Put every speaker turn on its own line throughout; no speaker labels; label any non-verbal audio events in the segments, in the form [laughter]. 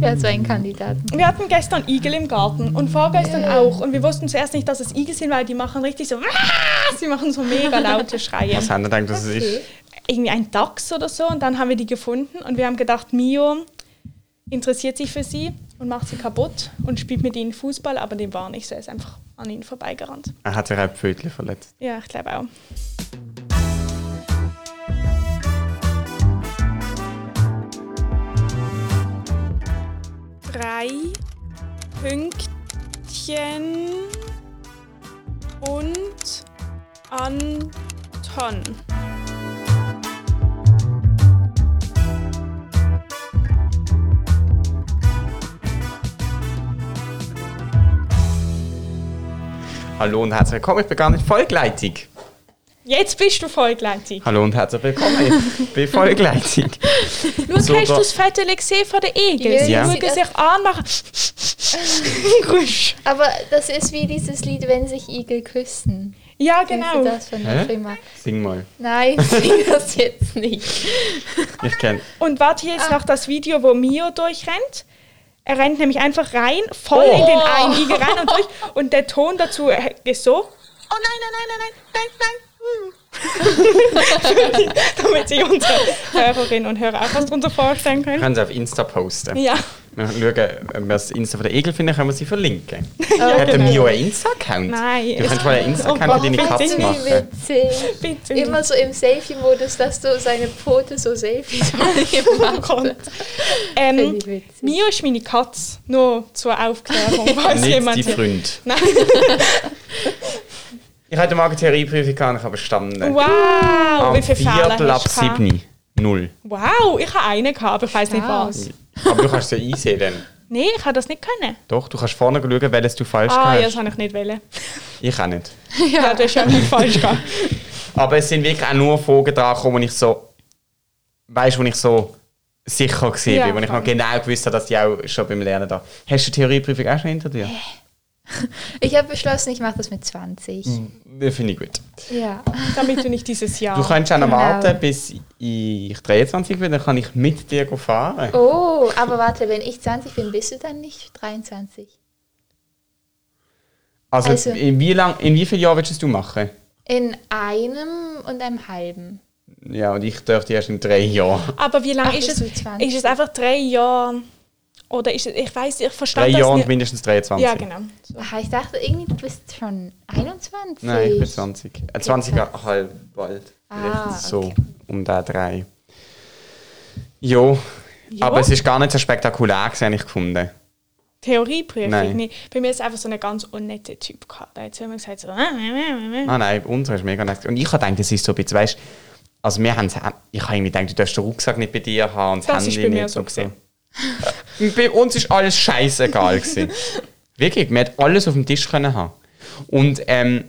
Ja, so einen Kandidaten.
Wir hatten gestern Igel im Garten und vorgestern auch. Und wir wussten zuerst nicht, dass es Igel sind, weil die machen richtig so, "Wah!" sie machen so mega laute Schreie.
Was haben wir gedacht, das ist ich?
Irgendwie ein Dachs oder so. Und dann haben wir die gefunden und wir haben gedacht, Mio interessiert sich für sie und macht sie kaputt und spielt mit ihnen Fußball, aber dem war nicht so. Er ist einfach an ihnen vorbeigerannt.
Er hat sich ein Pfötchen verletzt.
Ja, ich glaube auch. Drei Pünktchen und Anton.
Hallo und herzlich willkommen, ich bin gar nicht vollgleitig.
Jetzt bist du vollgleitig.
Hallo und herzlich willkommen, ich bin vollgleitig.
[laughs] Nur
So
hast du
da-
das fette Lexé von der Egel. Sie
Ja.
schauen sich
[laughs]
an, machen Geräusch.
Aber das ist wie dieses Lied, wenn sich Igel küssen.
Ja,
Kennst
genau.
Du das von der
Hä?
Firma?
Sing mal.
Nein, [laughs] sing das jetzt nicht.
Ich kenne.
Und warte hier ist noch das Video, wo Mio durchrennt. Er rennt nämlich einfach rein, voll in den einen Igel rein und durch. Und der Ton dazu äh, ist so. Oh nein, nein, nein, nein, nein, nein, nein. hm. [laughs] Damit sich unsere Hörerinnen und Hörer auch was darunter vorstellen können.
Können Sie auf Insta posten.
Ja.
Wir schauen, wenn wir das Insta von der Egel finden, können wir
[laughs]
sie verlinken. Hat der Mio einen Insta-Account?
genau. Nein.
Du kannst mal einen Insta-Account
Oh
für deine
Gott,
Katze
bitte
machen.
witzig.
Bitte.
Immer so im Selfie-Modus, dass du seine Pfote so Selfies
Oh Gott. [laughs] Ähm,
Finde ich witzig.
Mio ist meine Katze. Nur zur
[laughs]
Aufklärung, falls
Nicht
jemand.
die Freund.
Nein.
[laughs] Ich hatte mal eine Theorieprüfung gehabt, ich habe bestanden.
Wow,
Am
wie viele
Viertel
Fehler
ab
hast du gehabt?
7. Null.
Wow, ich habe einen gehabt, aber ich weiß nicht
Wow.
was.
Aber du kannst es ja einsehen dann.
Nein, ich habe das nicht können.
Doch, du kannst vorne schauen, welches du falsch
Ah,
gehabt
ja,
hast.
das habe ich nicht wollen.
Ich auch nicht.
Ja, du hast ja nicht falsch gehabt.
Aber es sind wirklich auch nur Fragen dran gekommen, wo ich so. Weißt du, wo ich so sicher gesehen
Ja,
bin, wo ich
voll.
noch genau gewusst habe, dass die auch schon beim Lernen da. Hast du die Theorieprüfung auch schon hinter dir?
Ich habe beschlossen, ich mache das mit 20.
Das finde ich gut.
Ja.
Damit du nicht dieses Jahr.
Du kannst auch noch
Genau.
warten, bis ich 23 bin, dann kann ich mit dir fahren.
Oh, aber warte, wenn ich 20 bin, bist du dann nicht 23?
Also,
Also-
in, wie lang, in wie vielen Jahren willst du es du machen?
In einem und einem halben.
Ja, und ich dürfte erst in drei Jahren.
aber wie lange
Ach,
ist es?
bist du 20?
Ist es einfach drei Jahre? Oder ist es, ich weiß, ich
Drei
verstand
Jahre
das
und
nicht.
mindestens 23.
Ja, genau. So.
Ach, Ah, ich dachte irgendwie, du bist schon 21.
Nein, ich bin 20. Äh, 20er halb bald. Vielleicht
Ah,
so um da drei. Jo. Aber es ist gar nicht so spektakulär, gewesen, habe ich gefunden.
Theorieprüfung.
Nein.
Nee. Bei mir ist einfach so ein ganz unnetter Typ gehabt. Da hat immer gesagt so. äh, äh, äh, äh.
Ah nein, unsere ist mega nett. gewesen. Und ich habe gedacht, es ist so ein bisschen, weißt also wir haben, ich habe irgendwie gedacht, du darfst den Rucksack nicht bei dir haben und
Das
das, Handy
ist bei mir
nicht
so
und Äh, [laughs] bei uns ist alles scheißegal
[laughs]
gewesen. Wirklich, wir hätten alles auf dem Tisch können haben. Und ähm,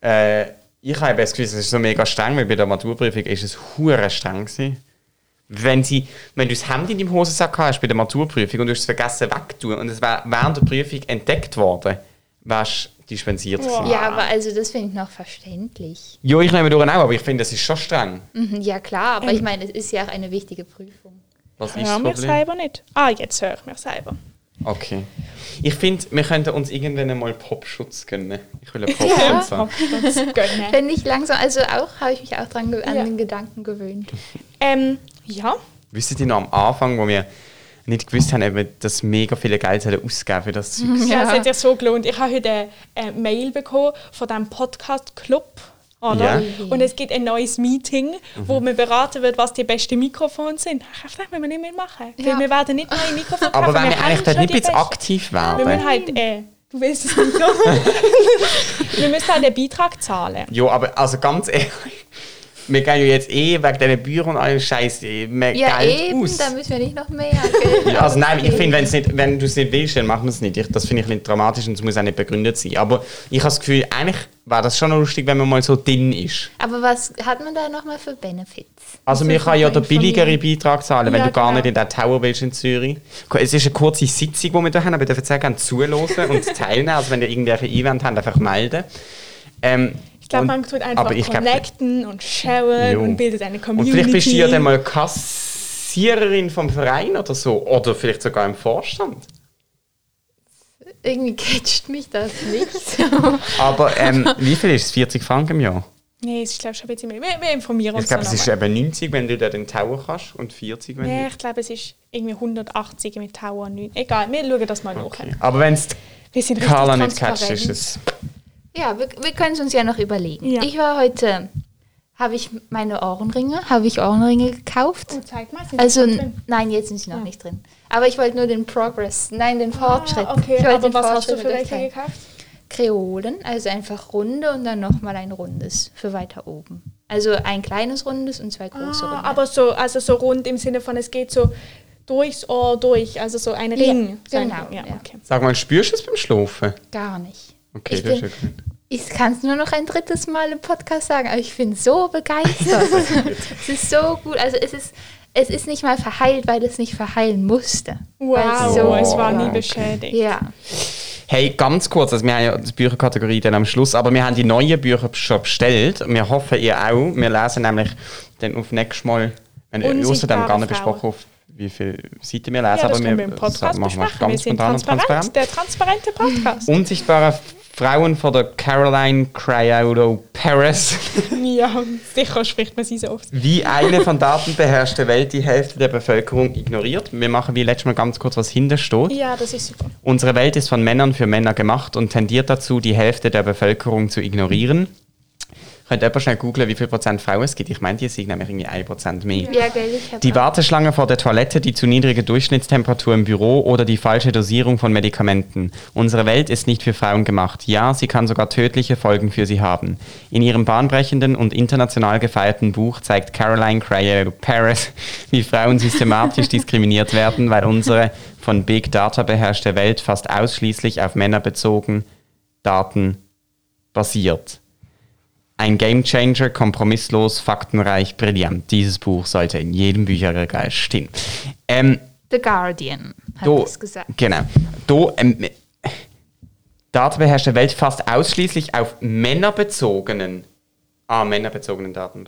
äh, ich habe eben das Gefühl, es ist so mega streng, weil bei der Maturprüfung ist es hure streng gewesen. Wenn, sie, wenn du das Handy in deinem Hosensack hast bei der Maturprüfung und du hast es vergessen wegzutun und es wäre während der Prüfung entdeckt worden, wärst du dispensiert
Wow.
gewesen.
Ja, aber also das finde ich noch verständlich.
Ja, ich nehme durch auch, aber ich finde, das ist schon streng.
Mhm, Ja klar, aber ich
Ähm.
meine, es ist ja auch eine wichtige Prüfung.
Was ist
Hör
das
mich
Problem?
selber nicht. Ah, jetzt höre ich mich selber.
Okay. Ich finde, wir könnten uns irgendwann einmal Popschutz gönnen. Ich
[laughs]
will einen Popschutz haben.
Das gönne.
Wenn ich langsam, also auch habe ich mich auch dran ge- an
Ja.
den Gedanken gewöhnt.
ähm, ja.
Wisst ihr noch am Anfang, wo wir nicht gewusst haben, ob wir das mega viel Geld hätten ausgegeben für das Zeug?
Ja, es hat ja so gelohnt. Ich habe heute eine äh, Mail bekommen von diesem Podcast-Club. Oder?
Ja. Mhm.
Und es gibt ein neues Meeting, wo man beraten wird, was die besten Mikrofone sind. Ich dachte, wenn wir nicht mehr machen.
Ja.
Weil wir werden nicht neue Mikrofone
Aber
kaufen,
wenn wir
haben
eigentlich dort
schon
nicht
die
ein bisschen
besten.
aktiv
Wir müssen
werden.
halt, äh, du willst es nicht noch.
[laughs]
wir müssen halt einen Beitrag zahlen.
Ja, aber also ganz ehrlich, [laughs] wir gehen ja jetzt eh wegen diesen Büro und allem Scheiß eh, mehr
Ja,
Geld
eben,
aus.
da müssen wir nicht noch mehr. [laughs] Geld
Ja, also nein, ich
ausgeben.
finde, wenn's nicht, wenn du es nicht willst, dann machen wir es nicht. Ich, das finde ich nicht dramatisch und es muss auch nicht begründet sein. Aber ich habe das Gefühl, eigentlich wäre das schon noch lustig, wenn man mal so dünn ist.
Aber was hat man da nochmal für Benefits?
Also wir
Muss ich
können ja
mich mal
den billigeren Beitrag zahlen, wenn
Ja,
du gar
genau.
nicht in den Tower willst in Zürich. Gu- Es ist eine kurze Sitzung, die wir da haben, aber ihr dürft sehr gerne zuhören
[laughs]
und teilnehmen. Also wenn ihr irgendwelche Events habt, einfach melden. Ähm,
Ich glaube,
und-
man tut einfach
aber ich glaub-
connecten und sharen
Jo.
und bildet eine
Und
Community.
vielleicht bist du ja dann mal Kassier Kassiererin vom Verein oder so. Oder vielleicht sogar im Vorstand.
Irgendwie catcht mich das nicht.
Aber
[laughs]
ähm, wie viel ist es? 40 Franken im Jahr?
Nee, ich glaube schon ein bisschen mehr. Wir, wir informieren uns
Ich glaube, es
dann
ist
aber.
eben 90, wenn du da den Tower kannst und 40, wenn
Nee, ich glaube, es ist irgendwie 180 mit Tower 9. Egal, wir schauen das mal
du...
nach.
Okay. Aber wenn es
Wir sind richtig
Carla nicht
transparent.
catcht, ist es...
[laughs] Ja, wir, wir können es uns ja noch überlegen.
Ja.
Ich war heute, habe ich meine Ohrenringe, habe ich Ohrenringe gekauft.
Oh, zeig mal, sind
Also,
also,
n- nein, jetzt sind sie noch nicht drin. Aber ich wollte nur den Progress, nein, den Fortschritt.
Ah, okay,
ich wollte
aber was hast du
Fortschritt
für welche
unterteilen.
gekauft?
Kreolen, also einfach runde und dann nochmal ein rundes für weiter oben. Also ein kleines rundes und zwei große
Ah,
runde.
aber so, also so rund im Sinne von, es geht so durchs Ohr durch, also so ein Ring.
Ja,
sagen
genau,
wir. Ja,
ja.
Okay.
Sag mal, spürst du es beim Schlafen?
Gar nicht.
Okay,
ich
das ist
bin,
ja gut.
Ich kann es nur noch ein drittes Mal im Podcast sagen, aber ich bin so
[laughs]
begeistert. es ist so gut. Also es ist, es ist nicht mal verheilt, weil es nicht verheilen musste. Weil
Wow,
Oh, es so
es war
gut
nie
war.
beschädigt.
Ja.
Hey, ganz kurz, also wir haben ja die Bücherkategorie dann am Schluss, aber wir haben die neuen Bücher schon bestellt. Wir hoffen, ihr auch. Wir lesen nämlich dann auf nächstes Mal, wenn wir
Unsichtbare
außerdem gar nicht
Frauen.
besprochen, auf wie viele Seiten wir
Ja,
lesen,
das
Also, aber
können wir
wir
im Podcast
so machen wir es
besprechen. Wir
ganz
sind
spontan und
transparent,
transparent.
der transparente
[laughs]
Podcast.
Unsichtbare Frauen von der Caroline Criado Paris.
ja, sicher spricht man sie so oft.
Wie eine von Daten beherrschte Welt die Hälfte der Bevölkerung ignoriert. Wir machen wie letztes Mal ganz kurz, was hintersteht.
Ja, das ist super.
Unsere Welt ist von Männern für Männer gemacht und tendiert dazu, die Hälfte der Bevölkerung zu ignorieren. Könnt jemand schnell googeln, wie viel Prozent Frauen es gibt? Ich meine, die sind nämlich irgendwie 1 Prozent mehr.
Ja, gell, ich
Die
habe
Warteschlange vor der Toilette, die zu niedrige Durchschnittstemperatur im Büro oder die falsche Dosierung von Medikamenten. Unsere Welt ist nicht für Frauen gemacht. Ja, sie kann sogar tödliche Folgen für sie haben. In ihrem bahnbrechenden und international gefeierten Buch zeigt Caroline Crayo Paris, [laughs] wie Frauen systematisch diskriminiert werden, weil unsere von Big Data beherrschte Welt fast ausschließlich auf Männer bezogen Daten basiert. Ein Gamechanger, kompromisslos, faktenreich, brillant. Dieses Buch sollte in jedem Bücherregal stehen. Ähm,
The Guardian hat
do,
das gesagt.
genau. Do, ähm, Daten beherrscht der Welt fast ausschließlich auf männerbezogenen. Ah, männerbezogenen Daten.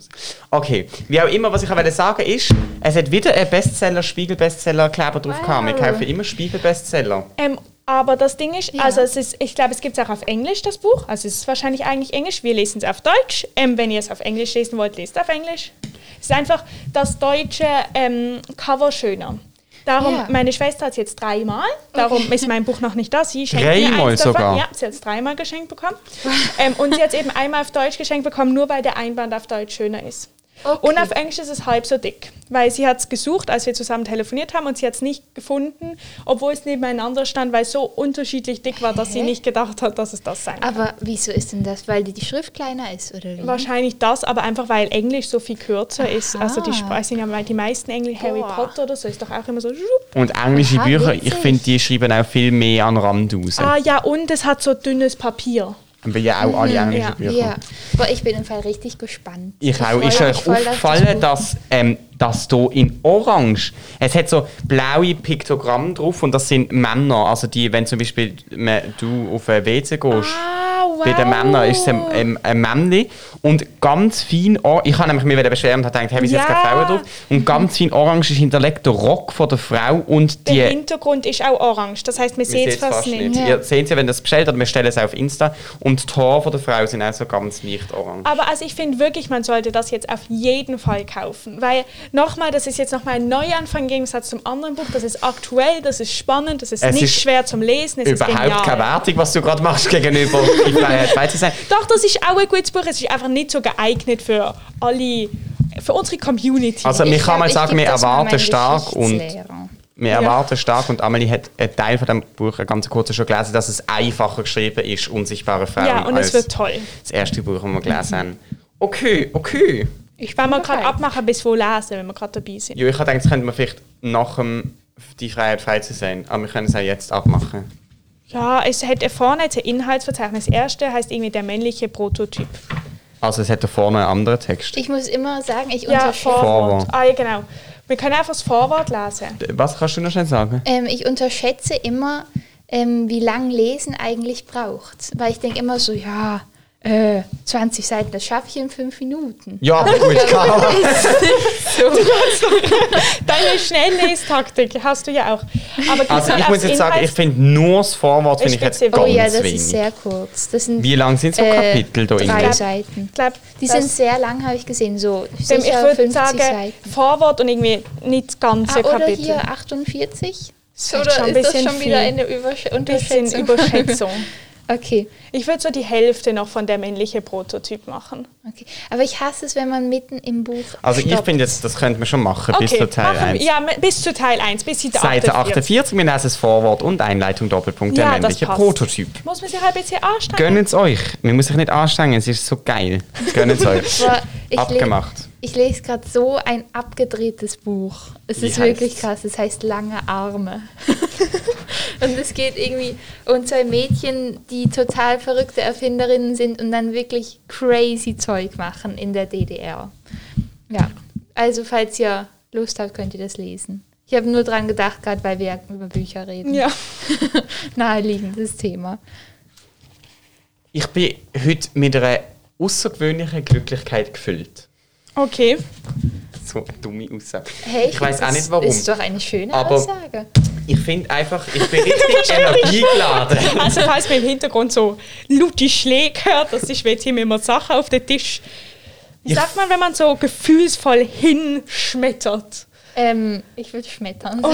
Okay. Wie auch immer, was ich aber sagen wollte, ist, es hat wieder ein Bestseller, Spiegel-Bestseller, Kleber drauf gehabt. Wir
Wow.
kaufen immer Spiegel-Bestseller.
Ähm, aber das Ding ist,
Ja.
also es ist, ich glaube, es gibt es auch auf Englisch, das Buch. Also es ist wahrscheinlich eigentlich Englisch. Wir lesen es auf Deutsch. Ähm, wenn ihr es auf Englisch lesen wollt, lest auf Englisch. Es ist einfach das deutsche ähm, Cover schöner. Darum,
Ja.
meine Schwester hat es jetzt dreimal. Darum ist mein Buch noch nicht da. Sie schenkt mir
Dreimal
eins davon.
sogar?
Ja, sie hat es dreimal geschenkt bekommen. ähm, und sie hat es eben einmal auf Deutsch geschenkt bekommen, nur weil der Einband auf Deutsch schöner ist.
Okay.
Und auf Englisch ist es halb so dick, weil sie hat es gesucht, als wir zusammen telefoniert haben und sie hat es nicht gefunden, obwohl es nebeneinander stand, weil es so unterschiedlich dick war, dass sie
Hä?
nicht gedacht hat, dass es das sein kann.
Aber wieso ist denn das? Weil die, die Schrift kleiner ist, oder wie?
Wahrscheinlich das, aber einfach weil Englisch so viel kürzer ist. Also die
Aha.
Speising haben, weil die meisten Englisch, Harry
Boah.
Potter oder so, ist doch auch immer so. schupp.
Und englische
Aha,
Bücher,
witzig.
ich finde, die schreiben auch viel mehr an den Rand raus.
Ah ja, und es hat so dünnes Papier.
Aber ja, auch alle englischen
ja.
Bücher.
mhm, Ja. Boah, ich bin im Fall richtig gespannt.
Ich auch.
freue
Ist
mich
euch
voll auf das
aufgefallen,
Buch.
dass ähm, das hier in Orange, es hat so blaue Piktogramme drauf und das sind Männer. Also die, wenn zum Beispiel me- du auf ein WC gehst,
Ah, wow.
bei den Männern ist es ähm, ein, ein, ein Männchen. Und ganz fein, or- ich habe nämlich mir wieder beschweren und habe gedacht, habe ich jetzt
Ja.
keine Frauen drauf? Und ganz fein orange ist hinterlegt der Rock von der Frau und
Der
die...
Hintergrund ist auch orange, das heißt, man sieht es
seht's
fast nicht.
nicht. Ja.
Ihr seht es ja, wenn ihr es bestellt habt, wir stellen es auf Insta. Und die Haare von der Frau sind auch so ganz leicht orange.
Aber also ich finde wirklich, man sollte das jetzt auf jeden Fall kaufen. Weil nochmal, das ist jetzt nochmal ein Neuanfang im Gegensatz zum anderen Buch. Das ist aktuell, das ist spannend, das ist
Es
nicht
ist
schwer zum Lesen, es ist
überhaupt
genial.
keine Wertung, was du gerade machst gegenüber die Freiheit frei zu sein.
Doch, das ist auch ein gutes Buch. Es ist einfach nicht so geeignet für alle, für unsere Community.
Also
Ich
ich kann
glaub,
mal
ich
sagen,
geb
wir
das mal
erwarten
meinem
stark und
Geschichtslehrer.
wir erwarten stark und Amelie hat einen Teil von dem Buch einen ganz kurzen schon gelesen, dass es einfacher geschrieben ist, unsichtbare Frauen
ja, und
als
es wird toll.
das erste Buch, das wir gelesen haben. Okay, okay.
Ich
Wenn
bin
wir gerade
bereit.
abmachen, bis wo lesen, wenn wir gerade dabei sind.
Ja, ich habe gedacht, das könnte man vielleicht nach dem die Freiheit frei zu sein, aber wir können es auch jetzt abmachen.
Ja, es hat vorne jetzt ein Inhaltsverzeichnis. Das erste heißt irgendwie der männliche Prototyp.
Also es hat da vorne einen anderen Text.
Ich muss immer sagen, ich
Ja,
unterschätze.
Vorwort.
Vorwort.
Ah, ja, genau. Wir können einfach das Vorwort lesen.
Was kannst du noch schnell sagen?
Ähm, ich unterschätze immer, ähm, wie lang Lesen eigentlich braucht. Weil ich denke immer so, ja, äh, 20 Seiten, das schaffe ich in fünf Minuten.
Ja, aber gut, klar.
Deine Schnelllestaktik hast du ja auch. Aber die
Also
soll
ich
als
muss jetzt sagen,
Inhalt-
ich finde nur das Vorwort finde ich jetzt
Ist
ganz
speziell.
Oh ja, das
wenig.
ist sehr kurz. Das sind äh,
Wie lang sind so Kapitel da
drei
drin?
Seiten.
Ich glaub,
Die
das-
sind sehr lang, habe ich gesehen. So
dem- ich
sicher
würde
50
sagen,
Seiten.
Vorwort und irgendwie nicht das ganze
Ah, oder
Kapitel.
hier 48?
ist
Oder
vielleicht schon ein
ist das
bisschen
schon wieder
viel.
eine Übersch
bisschen
Unterschätzung?
Überschätzung.
[laughs] okay.
Ich würde so die Hälfte noch von der männliche Prototyp machen.
okay. Aber ich hasse es, wenn man mitten im Buch.
Also ich
stoppt.
finde jetzt, das könnte man schon machen, bis zu Teil
machen wir-
1.
Ja, m- bis zu Teil 1, bis Seite
Seite
48.
48, wir nennen es Vorwort und Einleitung Doppelpunkt, der
Ja, das
männliche
passt.
Prototyp.
Muss man sich halt ein bisschen anstrengen.
Gönnt es euch. Man muss sich nicht anstrengen, es ist so geil. Gönnt es euch.
Boah, ich
Abgemacht.
Le ich lese gerade so ein abgedrehtes Buch. Es
Wie
ist wirklich
heißt's?
krass. Es heißt Lange Arme. [laughs] und es geht irgendwie um zwei Mädchen, die total verrückte Erfinderinnen sind und dann wirklich crazy Zeug machen in der DDR. Ja, also falls ihr Lust habt, könnt ihr das lesen. Ich habe nur dran gedacht, gerade weil wir über Bücher reden.
Ja.
[laughs] Naheliegendes Thema.
Ich bin heute mit einer außergewöhnlichen Glücklichkeit gefüllt.
Okay.
So eine dumme Aussage.
Hey,
ich weiß
find,
auch
das
nicht warum.
Ist doch eine schöne
Aber-
Aussage.
Ich finde einfach, ich bin richtig energiegeladen.
Also falls man im Hintergrund so laute Schläge hört, das ist, wenn ihm immer Sachen auf den Tisch. Wie
Ich-
sagt man, wenn man so gefühlsvoll hinschmettert?
Ähm, ich würde schmettern.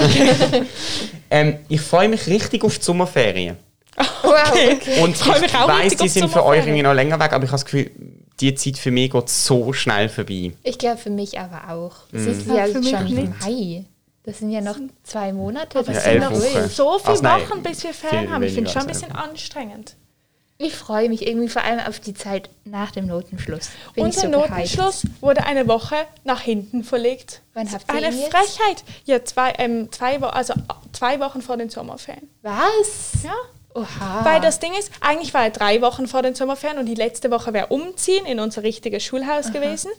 Ähm, ich freue mich richtig auf die Sommerferien.
Wow, okay.
Und ich,
freue mich auch
weiss,
richtig
die
auf die
sind für euch
Sommerferien.
irgendwie noch länger weg, aber ich habe das Gefühl, die Zeit für mich geht so schnell vorbei.
Ich glaube für mich aber auch. Es ist ja
Mhm. für mich
schon im
nicht.
Mai. Das sind ja noch zwei Monate.
Aber
bis
es
Ja,
sind
wir
noch
elf Wochen.
so viele
Ach, nein,
Wochen, bis wir
viel
Ferien haben. Ich finde es
weniger
schon ein
als
bisschen anstrengend.
Ich freue mich irgendwie vor allem auf die Zeit nach dem Notenschluss. Bin ich
Unser
so gehypt.
Notenschluss wurde eine Woche nach hinten verlegt.
Wann
Das ist
habt ihr
Eine
ihn jetzt?
Frechheit. Ja, zwei, ähm, zwei, Wo also, äh, zwei Wochen vor den Sommerferien.
Was?
Ja.
Oha.
Weil das Ding ist, eigentlich war er drei Wochen vor den Sommerferien und die letzte Woche wäre umziehen in unser richtiges Schulhaus gewesen.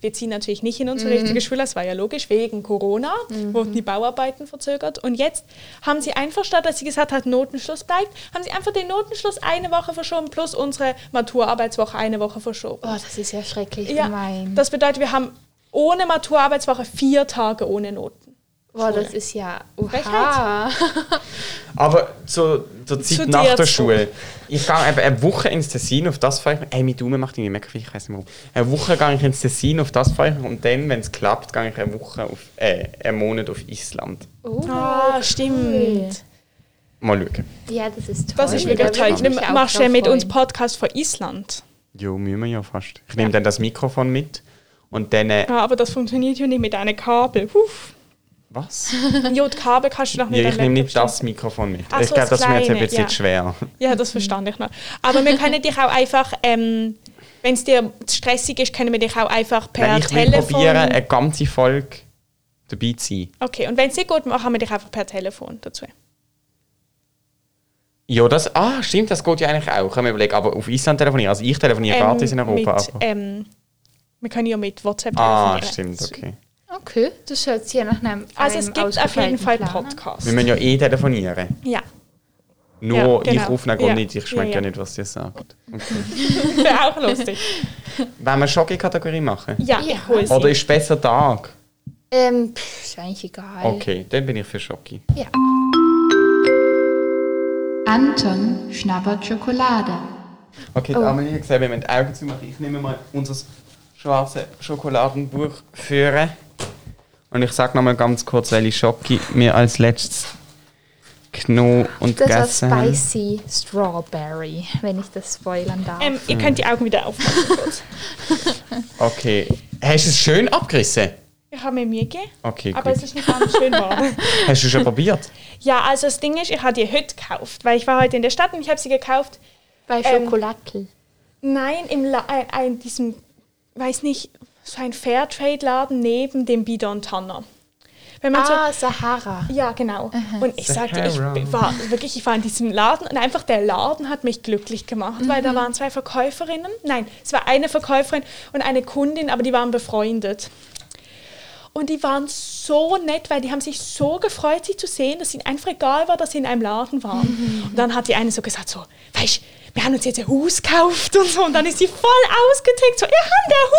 Wir ziehen natürlich nicht in
Mhm.
unser richtiges Schulhaus, war ja logisch, wegen Corona wurden die Bauarbeiten verzögert. Und jetzt haben sie einfach, statt dass sie gesagt hat, Notenschluss bleibt, haben sie einfach den Notenschluss eine Woche verschoben plus unsere Maturarbeitswoche eine Woche verschoben.
oh, das ist ja schrecklich gemein.
Das bedeutet, wir haben ohne Maturarbeitswoche vier Tage ohne Noten.
Boah, Oh, das ist ja. Oha.
Frechheit.
Aber zur, zur Zeit
Zu
nach
dir
der
zurück.
Schule. Ich gehe eben eine Woche ins Tessin, auf das freue ich mich. Ey, mit Daumen macht irgendwie mega viel, ich weiß nicht warum. Eine Woche gehe ich ins Tessin, auf das freue ich mich. Und dann, wenn es klappt, gehe ich eine Woche auf, äh, einen Monat auf Island.
Oh.
Ah, stimmt.
Mal schauen.
Ja, das ist toll.
Das ist wirklich
Da
toll.
würde ich mich
Nimm-
auch
Machst du
drauf
mit uns
freuen.
Podcast von Island?
Jo, müssen wir ja fast. Ich nehme dann das Mikrofon mit und dann... Äh,
Ja, Ah, aber das funktioniert ja nicht mit einem Kabel.
[laughs]
Uff.
was?
Jodkabel kannst du noch [laughs] mit
Ja, ich
einem
nehme nicht
Laptop
das Mikrofon mit.
Ach
ich
so,
glaube,
das
das wäre jetzt ein
Kleine,
bisschen
ja.
schwer.
stellen. Ja, das verstand ich noch. Aber wir können dich auch einfach, ähm, wenn es dir zu stressig ist, können wir dich auch einfach per
Nein, ich will
Telefon.
probieren, äh, eine ganze Folge dabei zu sein.
okay, und wenn es nicht gut machen wir dich einfach per Telefon dazu.
Ja, das, ah, stimmt, das geht ja eigentlich auch. Wenn man überlegt, aber auf Island telefonieren. Also ich telefoniere gratis in
Ähm,
Europa.
Mit,
aber,
ähm, wir können ja mit WhatsApp
ah,
telefonieren.
stimmt, okay.
Okay, das hört sich ja nach einem.
Also es
einem
gibt auf jeden
ausgefeilten
Fall
Plan an.
Podcasts.
Wir müssen ja eh telefonieren.
Ja.
Nur
Ja,
ich
genau.
rufe ja.
Ja.
nicht, ich schmecke ja,
Ja, ja.
nicht, was ihr sagt.
Wäre auch lustig.
Wollen wir Schocke-Kategorie machen?
Ja,
Ja.
ich hole
Oder
sie.
ist besser Tag?
Ähm, pff, ist eigentlich egal.
Okay, dann bin ich für Schocke.
Ja.
Anton schnabbert Schokolade.
Okay, oh. Amelie hat gesagt, wir müssen die Augen zumachen. Ich nehme mal unser schwarzes Schokoladenbuch führen. Und ich sage nochmal ganz kurz, welche Schocke wir als letztes genommen und
Das war
gegessen haben.
Spicy Strawberry, wenn ich das spoilern darf.
Ähm, ihr könnt die Augen wieder aufmachen. kurz.
Okay. Hast du es schön abgerissen?
Ich habe mir Mühe gegeben,
Okay,
aber
gut.
es ist nicht ganz schön warm.
Hast du schon probiert?
Ja, also das Ding ist, ich habe die heute gekauft, weil ich war heute in der Stadt und ich habe sie gekauft.
[laughs] Bei
ähm,
Schokolatl.
Nein, im La äh, in diesem, weiß nicht, so ein Fairtrade-Laden neben dem Bidon Tanner. Wenn man so
ah, Sahara.
Ja, genau. Und ich sagte, ich
Sahara.
b- war wirklich, ich war in diesem Laden und einfach der Laden hat mich glücklich gemacht, weil da waren zwei Verkäuferinnen. Nein, es war eine Verkäuferin und eine Kundin, aber die waren befreundet. Und die waren so nett, weil die haben sich so gefreut, sie zu sehen, dass ihnen einfach egal war, dass sie in einem Laden waren. Und dann hat die eine so gesagt, so, weißt wir haben uns jetzt ein Haus gekauft und so. Und dann ist sie voll ausgetickt, so, wir haben ein Haus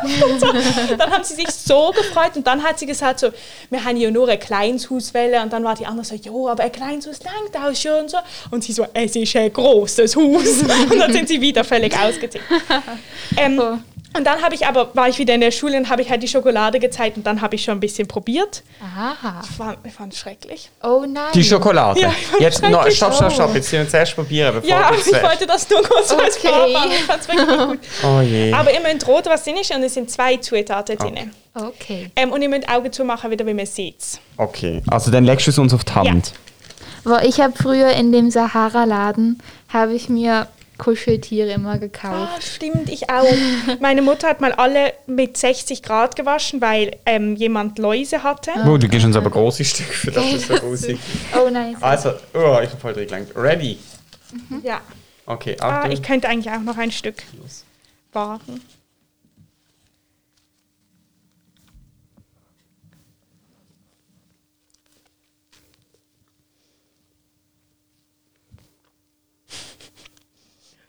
gekauft und so. Dann haben sie sich so gefreut und dann hat sie gesagt, so, wir haben ja nur ein kleines Haus wollen. Und dann war die andere so, jo, aber ein kleines Haus langt auch schon und so. Und sie so, es ist ein großes Haus. [laughs] Und dann sind sie wieder völlig ausgetickt. Ähm,
Oh.
Und dann habe ich aber, war ich wieder in der Schule und habe ich halt die Schokolade gezeigt und dann habe ich schon ein bisschen probiert.
Aha.
War, ich fand es schrecklich.
Oh nein.
Die Schokolade.
Ähm, Ja,
jetzt, no,
schrecklich.
stopp, stopp, stopp. Jetzt müssen wir zuerst probieren, bevor
Ja,
du
aber
es
ich wollte das nur kurz als
Okay.
Vorwarnung. Ich fand's wirklich nicht gut.
Oh je.
Aber ihr müsst rot was drin ist und es sind zwei Zutaten drin.
Okay.
Ähm, und ihr müsst Augen zumachen, wieder wie man sieht.
Okay, also dann legst du es uns auf die Hand.
Boah, ich habe früher in dem Sahara-Laden, habe ich mir Kuscheltiere immer gekauft.
Ah, stimmt, ich auch. [laughs] Meine Mutter hat mal alle mit 60 Grad gewaschen, weil ähm, jemand Läuse hatte.
Oh, du gibst uns aber große Stücke für das, was so
das-
aussieht.
Ah.
Oh nein.
Also, oh, ich hab voll drin gelangt. Ready.
Ja.
Okay,
Ah,
Achtung.
ich könnte eigentlich auch noch ein Stück warten.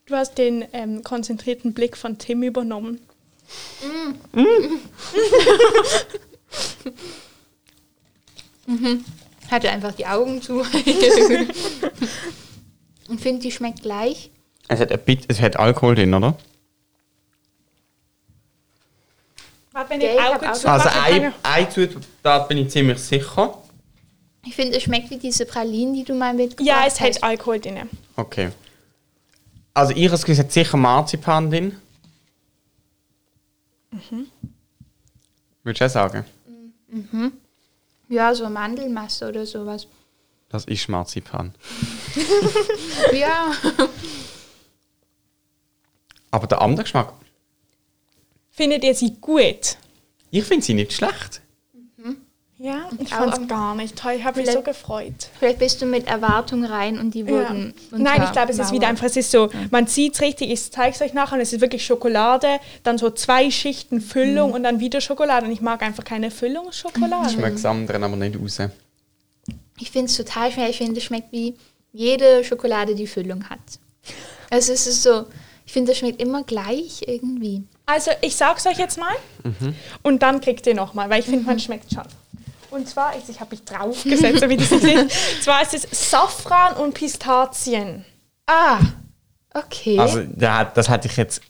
Du hast den ähm, konzentrierten Blick von Tim übernommen.
Hatte einfach die Augen
[laughs]
zu. Und finde, die schmeckt gleich.
es, hat ein bit, es hat Alkohol drin, oder?
Warte, wenn
Ja,
die
ich hab
Augen
auch-
zu
Also,
machen,
ein,
kann
ein Zutat bin ich ziemlich sicher.
Ich finde, es schmeckt wie diese Pralinen, die du mal
ich-
mitgebracht
Ja, es
hast.
hat Alkohol drin.
Okay. Also, ich habe hat sicher Marzipan drin. Mhm. Würdest du auch sagen?
Ja, so Mandelmasse oder sowas.
Das ist Marzipan.
Ja.
Aber der andere Geschmack,
Findet ihr sie gut?
ich finde sie nicht schlecht.
Ja, ich
auch
fand
am-
es gar nicht toll. Ich habe mich
Vielleicht-
so gefreut.
Vielleicht bist du mit Erwartung rein und die
Ja.
wurden.
Nein, ich glaube, es ist wieder
einfach.
einfach, es ist so, man sieht es richtig, ich zeige es euch nachher und es ist wirklich Schokolade, dann so zwei Schichten Füllung und dann wieder Schokolade. Und ich mag einfach keine Füllungsschokolade.
Ich mag das andere aber nicht raus.
Ich finde es total schwer. Ich finde, es schmeckt wie jede Schokolade, die Füllung hat. Also es ist so, ich finde, es schmeckt immer gleich irgendwie.
Also ich sag's euch jetzt mal und dann kriegt ihr nochmal, weil ich finde, man schmeckt schon. Und zwar ist, ich habe mich draufgesetzt, so wie das ist. Und zwar ist es Safran und Pistazien.
Ah, okay.
Also, da hat- das hätte ich jetzt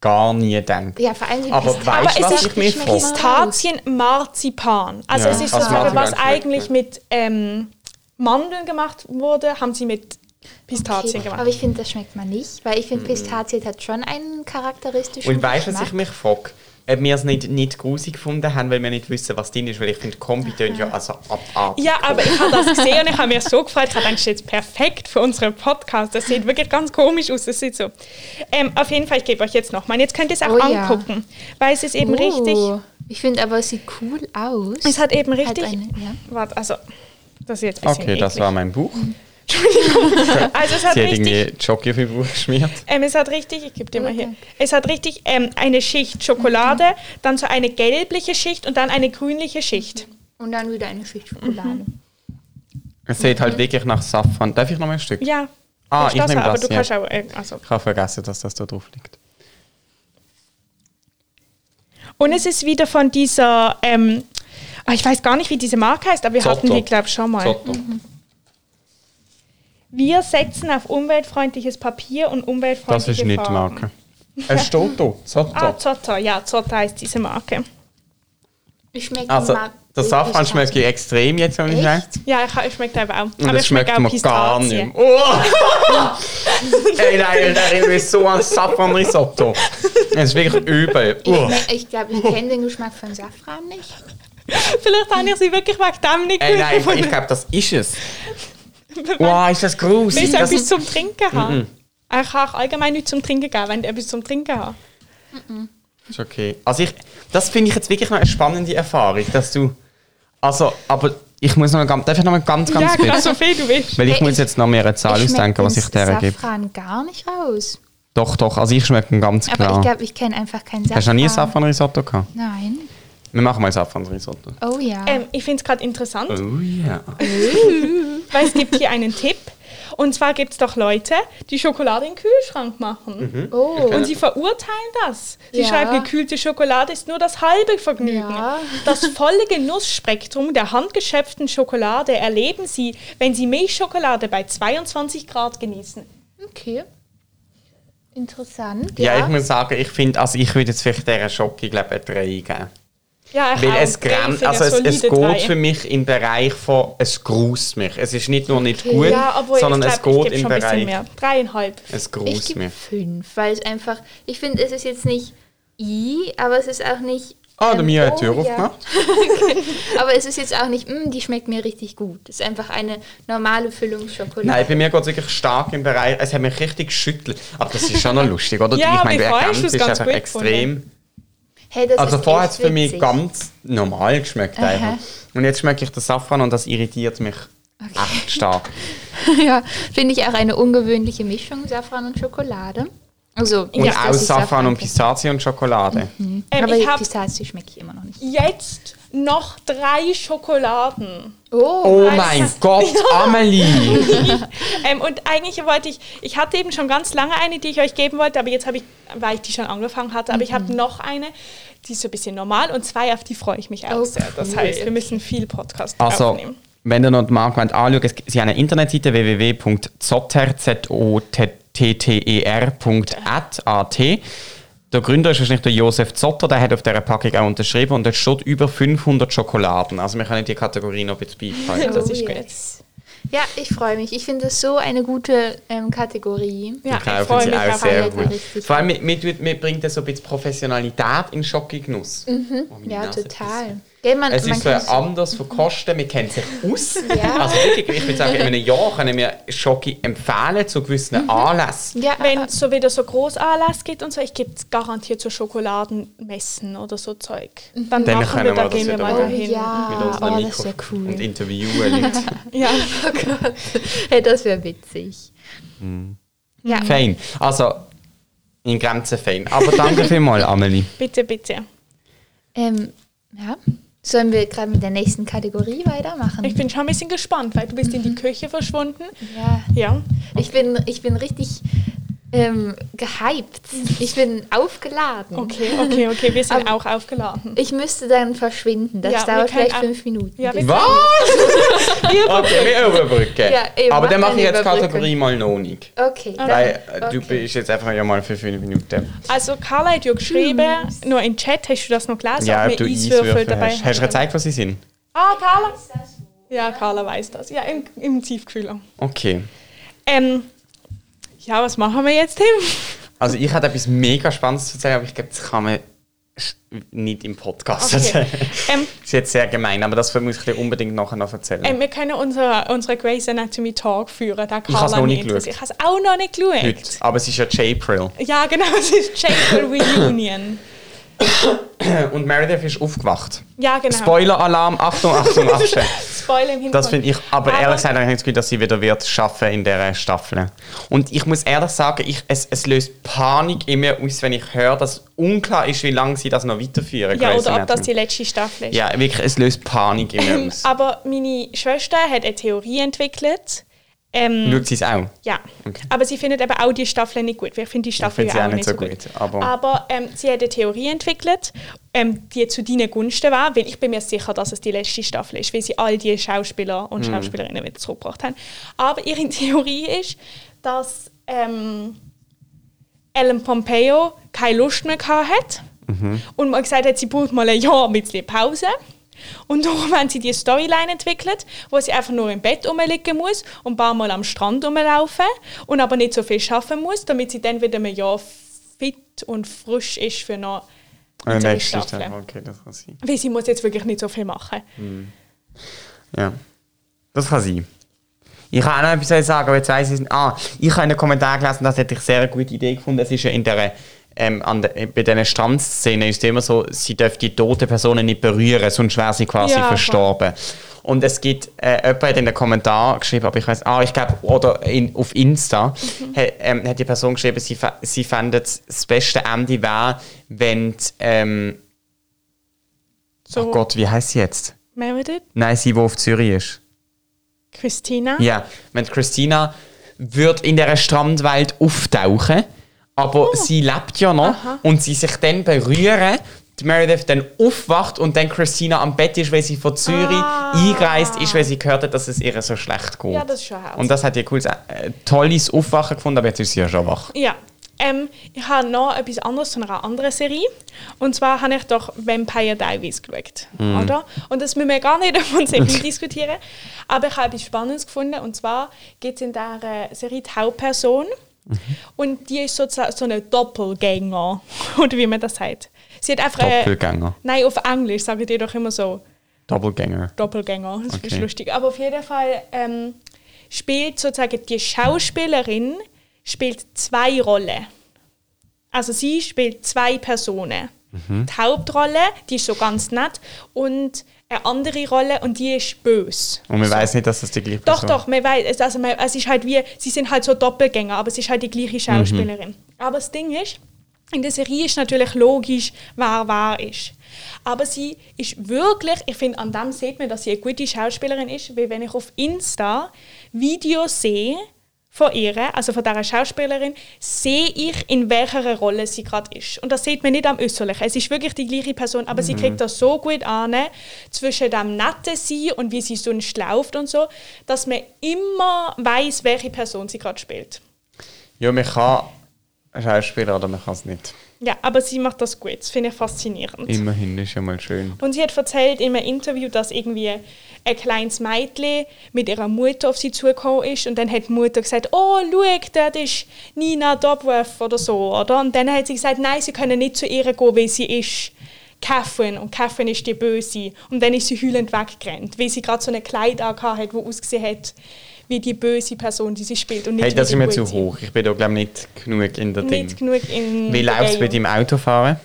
gar nie gedacht.
ja, vor allem die
Aber
Pistazien-
weißt du,
Aber
was
es ist
ich mir
schmeckt
frage?
immer-
Pistazien Marzipan. Also
Ja,
es ist
aus
sozusagen, was
Marzipan schmeckt,
eigentlich
ja.
mit ähm, Mandeln gemacht wurde, haben sie mit Pistazien
Okay.
gemacht.
Aber ich finde, das schmeckt man nicht, weil ich finde, Pistazien hat schon einen charakteristischen
Mhm. Und weißt du, was
Geschmack.
ich mich frage? Ob wir es nicht, nicht grusig gefunden haben, weil wir nicht wissen, was drin ist. Weil ich finde, Kombi tönt ja also abartig.
Ja, aber ich habe das gesehen und ich habe mich so gefreut. Ich habe gedacht, das ist jetzt perfekt für unseren Podcast. Das sieht wirklich ganz komisch aus. Das sieht so. Ähm, auf jeden Fall, ich gebe euch jetzt nochmal. Jetzt könnt ihr es auch
Oh ja.
angucken, weil es ist eben richtig.
Oh, Ich finde aber, es sieht cool aus.
Es hat eben richtig.
Halt eine- ja.
Warte, also das ist jetzt ein bisschen
Okay, das
eklig.
war mein Buch.
Also es hat
Sie hat
richtig.
irgendwie Jockey auf mein Buch geschmiert.
Ähm, es hat richtig, ich gebe dir mal
Okay.
hier. Es hat richtig ähm, eine Schicht Schokolade, dann so eine gelbliche Schicht und dann eine grünliche Schicht.
Und dann wieder eine Schicht Schokolade.
Mhm.
Es sieht halt wirklich nach Safran. Darf ich noch mal ein Stück?
Ja.
Ah,
kannst
ich nehm
haben, Aber
das,
du
ja.
kannst auch. Äh, also.
Ich habe vergessen, dass das da drauf liegt.
Und es ist wieder von dieser. Ähm, ah, ich weiß gar nicht, wie diese Marke heißt, aber wir hatten die, glaube ich, schon mal.
Zotto.
Wir setzen auf umweltfreundliches Papier und umweltfreundliche
Das ist nicht die
Farben.
Marke. Es steht da. Zotto.
Ah, Zotter, ja, Zotter heißt diese Marke.
Ich schmecke
also,
mal
der
die
Safran schmeckt ne?
Pistazien.
extrem jetzt, wenn ich
Echt?
sage.
Ja, ich, ich schmeckt aber auch.
Und
aber
das
ich schmecke
schmeckt
auch
mir gar
Pistazie.
nicht. mehr. Oh! Ey, nein, da reden wir so an Safran-Risotto. Es ist wirklich übel.
Ich,
Oh.
schmeck- ich glaube, ich kenne den Geschmack von Safran nicht.
[laughs] Vielleicht habe ich sie wirklich wegen dem nicht
Ey, Äh, nein,
gefunden.
ich glaube, das
[laughs]
ist es. Wow, ist das gruselig.
Willst du
Das
etwas zum
Mhm.
Trinken haben? Ich kann auch allgemein nichts zum Trinken geben, wenn du etwas zum Trinken hast.
ist okay. Also ich, das finde ich jetzt wirklich noch eine spannende Erfahrung, dass du, also, aber ich muss noch ganz, darf ich noch mal ganz, ganz genau.
ja, klar,
kurz?
so viel du willst.
Weil ich
Hey,
muss jetzt noch mehr eine Zahl
schmeck
ausdenken, was
den
ich der gebe.
Safran gar nicht raus.
Doch, doch, also ich schmecke ihn ganz
Aber
klar.
ich glaube, ich kenne einfach keinen Safran.
Hast du noch nie Safran-Risotto gehabt?
Nein.
Wir machen mal Safran-Risotto.
Oh ja.
Also.
Ähm, ich finde es gerade interessant,
Oh ja.
weil es gibt hier einen Tipp. Und zwar gibt es doch Leute, die Schokolade in den Kühlschrank machen.
Mhm,
Oh.
genau.
Und sie verurteilen das. Sie
Ja.
schreiben, gekühlte Schokolade ist nur das halbe Vergnügen.
Ja.
Das volle Genussspektrum der handgeschöpften Schokolade erleben sie, wenn sie Milchschokolade bei 22 Grad genießen.
Okay. Interessant.
Ja, ich muss sagen, ich finde, also ich würde jetzt vielleicht dieser Schocke, glaube ich, eine 3 geben.
Ja, ich
Weil
auch.
es
Ich
grenzt,
finde
also es,
solide
es geht
drei.
für mich im Bereich von, es grust mich. Es ist nicht nur nicht gut,
ja, aber
sondern
ich
es
glaub,
geht
ich gebe
im
schon ein bisschen
Bereich,
mehr. Dreieinhalb.
es
ich
grust
gebe
mich.
fünf, weil es einfach, ich finde, es ist jetzt nicht i, aber es ist auch nicht.
Ah, der
ähm,
Mia hat
oh,
die Tür
ja.
aufgemacht.
Aber es ist jetzt auch nicht, "Mm, die schmeckt mir richtig gut. Es ist einfach eine normale Füllung Schokolade.
Nein, bei mir geht es wirklich stark im Bereich, es hat mich richtig geschüttelt. Aber das ist schon noch lustig, oder?
Ja,
ich
aber
meine, der
vorher
Kampf
ist es
ist
ganz
einfach
gut
extrem.
Hey, das
Also
ist
vorher hat
echt
es für mich
witzig.
ganz normal geschmeckt.
Aha.
Einfach. Und jetzt schmecke ich den Safran und das irritiert mich echt stark.
[laughs] ja, finde ich auch eine ungewöhnliche Mischung, Safran und Schokolade. Also,
Und
nicht,
auch
dass ich
Safran und
kenne.
Pistazie und Schokolade.
Ähm,
Aber
ich habe
Pistazie schmecke ich immer noch nicht.
jetzt noch drei Schokoladen.
Oh,
Oh mein Gott, Amelie!
Ähm, und eigentlich wollte ich, ich hatte eben schon ganz lange eine, die ich euch geben wollte, aber jetzt habe ich, weil ich die schon angefangen hatte, aber ich
Mhm.
habe noch eine, die ist so ein bisschen normal und zwei, auf die freue ich mich auch
Oh,
sehr. Das
cool.
heißt, wir müssen viel Podcast
Also,
aufnehmen.
wenn ihr noch die Marke wollt, anschaut, es- sie haben eine Internetseite www.zotter.at. Der Gründer ist wahrscheinlich der Josef Zotter, der hat auf dieser Packung auch unterschrieben und dort steht über 500 Schokoladen. Also wir können die Kategorie noch ein bisschen beibehalten.
Das
Oh,
ist gut.
yes. Ja, ich freue mich. Ich finde das so eine gute ähm, Kategorie.
Ja,
ich kaufe
freue
sie
mich
auch
auf
sehr
alle
drei.
gut. Vor allem, mir, mir, tut- mir bringt das so ein bisschen Professionalität in Schokigenuss.
Mhm.
Oh, meine
Ja,
Nase
total.
pisst.
Gell, man,
Es
man
ist so
kann
anders von Kosten, wir kennen sich aus.
[laughs] Ja.
Also wirklich, ich würde sagen, in einem Jahr können wir Schoki empfehlen zu gewissen
Mhm.
Anlässen.
ja, äh,
Wenn es so wieder so groß Anlass geht und so, ich gebe es garantiert zu Schokoladenmessen oder so Zeug. Dann,
Dann
machen
können
wir,
wir
da
das
gehen wir
wieder
mal
machen.
oh,
dahin.
Mit
ja,
unseren
oh, das
Mikro-
wäre
und
cool. [laughs]
interviewen Leute.
Ja.
Oh Gott. Hey, das wäre witzig. Ja.
Fein. Also, in Grenzen fein. Aber danke
[laughs]
vielmals, Amelie.
Bitte, bitte.
Ähm, ja. Sollen wir gerade mit der nächsten Kategorie weitermachen?
Ich bin schon ein bisschen gespannt, weil du bist in die Küche verschwunden.
ja.
Ja.
Ich bin, ich bin richtig ähm, gehypt. Ich bin aufgeladen.
Okay, okay, okay. Wir sind auch aufgeladen.
Ich müsste dann verschwinden. Das
Ja, wir
dauert
können
vielleicht
ab-
fünf Minuten.
Ja, wir
Was? okay, wir überbrücken.
Ja, eben,
Aber dann
mach
mache ich
eine
jetzt
Überbrückung.
Kategorie mal noch nicht.
Okay. dann-
Weil äh, du
okay.
bist jetzt einfach ja mal für fünf Minuten.
Also Carla hat ja geschrieben, nur im Chat, hast du das noch gelesen?
ja,
ob
ob du
wir
Eiswürfel hast. Hast du gezeigt, was sie sind?
Ah, Carla. Ja, Carla weiß das. Ja, im, im Tiefkühler.
Okay.
Ähm, ja, was machen wir jetzt, Tim?
Also ich hatte etwas mega Spannendes zu erzählen, aber ich glaube, das kann man sch- nicht im Podcast erzählen.
[laughs] Ähm,
ist jetzt sehr gemein, aber das muss ich dir unbedingt nachher noch erzählen.
ähm, wir können unser, unsere Grey's Anatomy Talk führen, da Carla
hab's noch nicht
interessiert.
geschaut.
Ich habe es auch noch nicht geschaut.
Heute. Aber es ist ja J-April.
Ja, genau, [laughs] es ist Chapel Reunion.
Und Meredith ist aufgewacht.
Ja, genau.
Spoiler-Alarm, Achtung, Achtung,
[laughs]
Achtung.
Spoiler im Hintergrund.
Das finde ich, aber,
Aber-
ehrlich gesagt, habe ich das Gefühl, dass sie wieder wird schaffen in dieser Staffel. Und ich muss ehrlich sagen, ich, es, es löst Panik in mir aus, wenn ich höre, dass unklar ist, wie lange sie das noch weiterführen.
Ja,
Grey's
oder ob das
Anatomy.
die letzte Staffel ist.
Ja, wirklich, es löst Panik in mir
Ähm,
aus.
aber meine Schwester hat eine Theorie entwickelt. Ähm,
Schaut sie es auch?
Ja,
Okay.
aber sie findet eben auch die Staffel nicht gut. Wir finden die Staffel
find
ja
sie
auch, nicht so gut.
aber-
ähm, sie hat eine Theorie entwickelt, ähm, die zu deinen Gunsten war, weil ich bin mir sicher, dass es die letzte Staffel ist, weil sie all die Schauspieler
Mhm.
und Schauspielerinnen wieder zurückgebracht haben. Aber ihre [laughs] Theorie ist, dass ähm, Ellen Pompeo keine Lust mehr gehabt hat und mal gesagt hat, sie braucht mal ein Jahr ein bisschen Pause. Und darum [laughs] haben sie die Storyline entwickelt, wo sie einfach nur im Bett rumliegen muss und ein paar Mal am Strand rumlaufen und aber nicht so viel schaffen muss, damit sie dann wieder ein Jahr fit und frisch ist für noch
Äh,
unsere
nächste
Staffel.
Staffel, okay, das kann sein.
Weil sie muss jetzt wirklich nicht so viel machen.
Ja. Das kann sein. Ich kann auch noch etwas sagen, aber jetzt weiss ich es nicht. Ah, ich habe einen Kommentar gelesen, das hätte ich sehr eine gute Idee gefunden. Es ist ja in der, ähm, an der, bei diesen Strandszenen ist es immer so, sie dürfen die toten Personen nicht berühren, sonst wäre sie quasi
Ja, voll.
verstorben. Und es gibt, äh, jemand hat in den Kommentar geschrieben, aber ich weiß, ah, ich glaube, oder in, auf Insta hat, ähm, hat die Person geschrieben, sie, fä- sie fände das beste Ende wäre, wenn, die, ähm,
So,
oh Gott, wie heißt sie jetzt?
Meredith,
Nein, sie, die auf Zürich ist.
Christina.
Ja, wenn Christina würde in dieser Strandwelt auftauchen.
Oh.
Aber sie lebt ja noch und sie sich dann berühren. Die Meredith dann aufwacht und dann Christina am Bett ist, weil sie von Zürich eingereist ist, weil sie gehört hat, dass es ihr so schlecht geht.
Ah. Ja, das ist schon hart.
Und das hat ihr cooles, äh, tolles Aufwachen gefunden, aber jetzt ist sie ja schon wach.
Ja. Ähm, ich habe noch etwas anderes von einer anderen Serie. Und zwar habe ich doch Vampire Diaries geschaut. Oder? Und das müssen wir gar nicht [laughs] von Serien diskutieren. Aber ich habe etwas Spannendes gefunden. Und zwar geht es in dieser Serie die Hauptperson. Und die ist sozusagen so eine Doppelgänger. [laughs] Oder wie man das sagt. Sie hat einfach. eine-
Doppelgänger.
nein, auf Englisch sagen die doch immer so.
Doppelgänger.
Doppelgänger. Das ist
Okay.
lustig. Aber auf jeden Fall ähm, spielt sozusagen die Schauspielerin spielt zwei Rollen. Also sie spielt zwei Personen.
Mhm.
Die Hauptrolle, die ist so ganz nett und eine andere Rolle und die ist böse.
Und man weiß nicht, dass das die gleiche
Doch,
Person
doch, man weiß, es- also man, es ist halt wie, sie sind halt so Doppelgänger, aber es ist halt die gleiche Schauspielerin. Aber das Ding ist, in der Serie ist natürlich logisch, wer wahr ist. Aber sie ist wirklich, ich finde, an dem sieht man, dass sie eine gute Schauspielerin ist, weil wenn ich auf Insta Videos sehe von ihr, also von dieser Schauspielerin, sehe ich, in welcher Rolle sie gerade ist. Und das sieht man nicht am Äußerlichen. Es ist wirklich die gleiche Person, aber sie kriegt das so gut an, zwischen dem netten Sie und wie sie so schlauft und so, dass man immer weiß, welche Person sie gerade spielt.
Ja, man kann Schauspieler oder man kann es nicht.
Ja, aber sie macht das gut. Das finde ich faszinierend.
Immerhin ist ja mal schön.
Und sie hat erzählt in einem Interview, dass irgendwie ein kleines Mädchen mit ihrer Mutter auf sie zugekommen ist und dann hat die Mutter gesagt, oh, schau, das ist Nina Dobrev oder so, oder? Und dann hat sie gesagt, nein, sie können nicht zu ihr gehen, weil sie ist Catherine und Catherine ist die Böse. Und dann ist sie heulend weggerannt, weil sie gerade so ein Kleid angehabt hat, wo ausgesehen hat, wie die böse Person, die sie spielt. Und nicht
Hey, das
wie
ist
die
mir zu
Gute.
hoch. Ich bin da, glaube ich, nicht genug in der Ding.
Nicht genug in
Wie
der
läuft es
Game.
bei deinem Autofahren?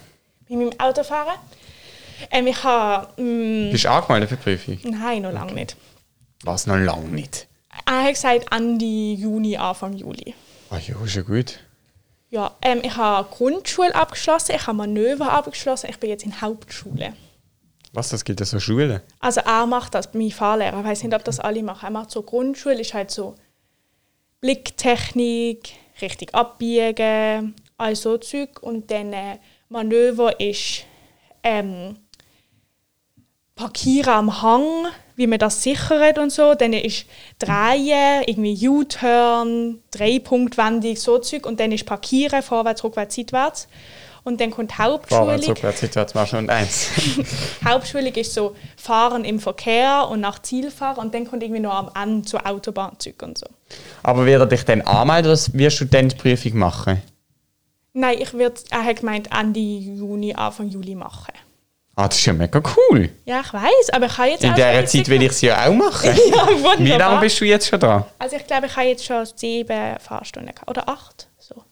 Mit meinem Autofahren. Ähm, ich habe... mm,
Bist du angemeldet für die Prüfung?
Nein, noch lange nicht.
Was noch lange nicht.
Er hat gesagt, Ende Juni, Anfang Juli.
Ah ja, ist ja gut.
Ja, ähm, ich habe Grundschule abgeschlossen, ich habe Manöver abgeschlossen, ich bin jetzt in Hauptschule.
Was, das gibt ja so Schulen?
Also er macht das, mein Fahrlehrer, ich weiß nicht, ob das alle machen. Er macht so Grundschule, ist halt so Blicktechnik, richtig abbiegen, all so Zeug. Und dann äh, Manöver ist ähm, Parkieren am Hang, wie man das sichert und so. Dann ist Drehen, irgendwie U-Turn, Dreipunktwendung, so Zeug. Und dann ist Parkieren, vorwärts, rückwärts, seitwärts. Und dann kommt Hauptschule.
Vorwärts, rückwärts, seitwärts, machst du und eins.
Hauptschulung ist so Fahren im Verkehr und nach Ziel fahren und dann kommt irgendwie noch am Ende zu Autobahnzug und so.
Aber wird er dich dann anmelden oder wirst du dann die Prüfung machen?
Nein, ich würde, er hat gemeint, Ende Juni, Anfang Juli machen.
Ah, das ist ja mega cool.
Ja, ich weiß, aber ich kann jetzt
In
auch
dieser
schon
Zeit
richtig- [laughs]
will ich es ja auch machen.
ja,
Wie lange
wunderbar.
bist du jetzt schon dran?
Also ich glaube, ich habe jetzt schon sieben Fahrstunden gehabt. oder acht. So.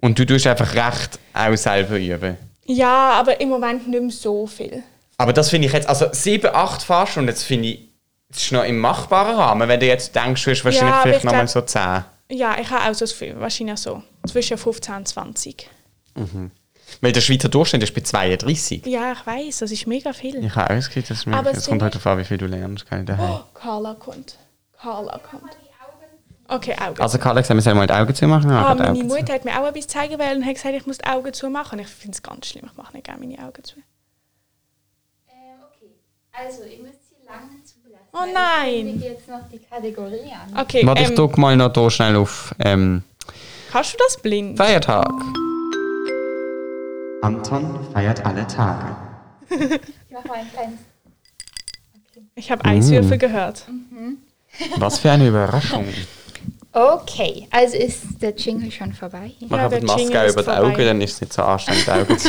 Und du tust einfach recht auch selber üben.
Ja, aber im Moment nicht mehr so viel.
Aber das finde ich jetzt, also 7, 8 Fahrstunden, das finde ich, das ist noch im machbaren Rahmen. Wenn du jetzt denkst, du hast wahrscheinlich
aber
vielleicht
ich
nochmal
glaub-
so 10.
Ja, ich habe auch so das Gefühl, wahrscheinlich so zwischen 15 und 20.
Weil der Schweizer Durchschnitt ist bei 32.
Ja, ich weiß, das ist mega viel.
Ich habe auch das Gefühl, dass mir
Aber es
es kommt
sind-
halt darauf an, wie viel du lernst. Gell, daheim.
Oh, Carla kommt. Carla kommt. Okay, Augen.
Also Karl hat gesagt, wir sollen mal die Augen zumachen.
Ah,
Ah, die
meine
Augen zu.
Mutter hat mir auch etwas zeigen wollen und hat gesagt, ich muss die Augen zu machen. Ich finde es ganz schlimm, ich mache nicht gerne meine Augen zu.
Ähm, okay. Also, ihr müsst sie lange zulassen.
Oh nein.
Ich jetzt noch die Kategorie an.
Okay,
Warte, ich
ähm,
drücke mal noch hier schnell auf ähm,
kannst du das blind?
Feiertag. Anton feiert alle Tage.
Ich mache mal ein kleines.
Ich habe Eiswürfel
Mm.
gehört.
Was für eine Überraschung.
Okay, also ist der Jingle schon vorbei.
Ja,
Mach einfach
der
die Maske
Jingle
auch
ist
über die
vorbei.
Augen, dann ist es nicht so anstrengend, die Augen zu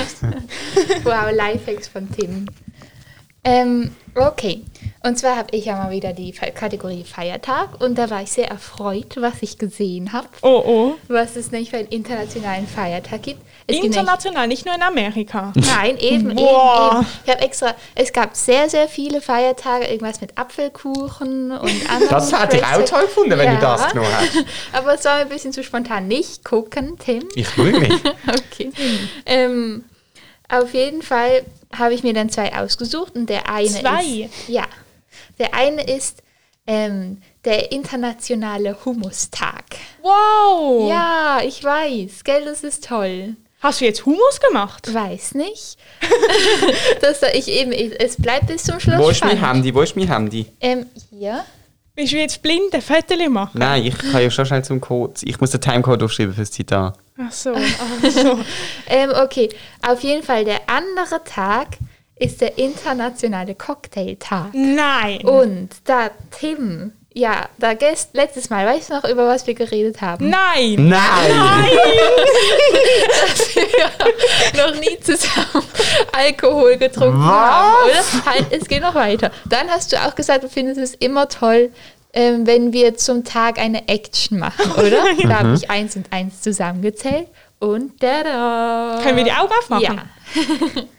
[laughs] Wow, Lifehacks von Tim. Ähm, okay. Und zwar habe ich ja mal wieder die Fe- Kategorie Feiertag und da war ich sehr erfreut, was ich gesehen habe,
Oh oh.
was es nämlich für einen internationalen Feiertag gibt. Es gibt nämlich-
International, nicht nur in
[laughs]
Amerika.
Nein, eben, eben,
Boah.
eben. Ich habe extra, es gab sehr, sehr viele Feiertage, irgendwas mit Apfelkuchen
[laughs]
und anderen.
Das hätte ich auch
Crazy-
toll gefunden, wenn
Ja.
du das genommen hast.
[laughs] Aber es war mir ein bisschen zu spontan. Nicht gucken, Tim.
Ich will
[laughs]
nicht.
Okay. Ähm, auf jeden Fall habe ich mir dann zwei ausgesucht und der eine
Zwei?
ist. Ja. Der eine ist ähm, der internationale Humustag.
Oh.
Wow!
Ja, ich weiß, gell, das ist toll.
Hast du jetzt Humus gemacht?
Weiß nicht. [laughs] dass da ich eben, es bleibt bis zum Schluss
Wo ist mein
spannend.
Handy? Wo ist mein Handy?
Ähm, hier.
Willst du jetzt blinde Vettel machen?
Nein, ich kann ja schon schnell zum Code. Ich muss den Timecode aufschreiben fürs Zitat.
Ach so, ach so.
Ähm, okay, auf jeden Fall der andere Tag ist der internationale Cocktailtag.
Nein.
Und da Tim, ja, da gest letztes Mal, weißt du noch, über was wir geredet haben?
Nein.
Nein!
[laughs] noch nie zusammen Alkohol getrunken haben, oder? Halt, es geht noch weiter. Dann hast du auch gesagt, du findest es immer toll, ähm, wenn wir zum Tag eine Action
[laughs]
machen, oder? Da
Mhm.
habe ich eins und eins zusammengezählt und da da.
Können wir die Augen aufmachen?
Ja.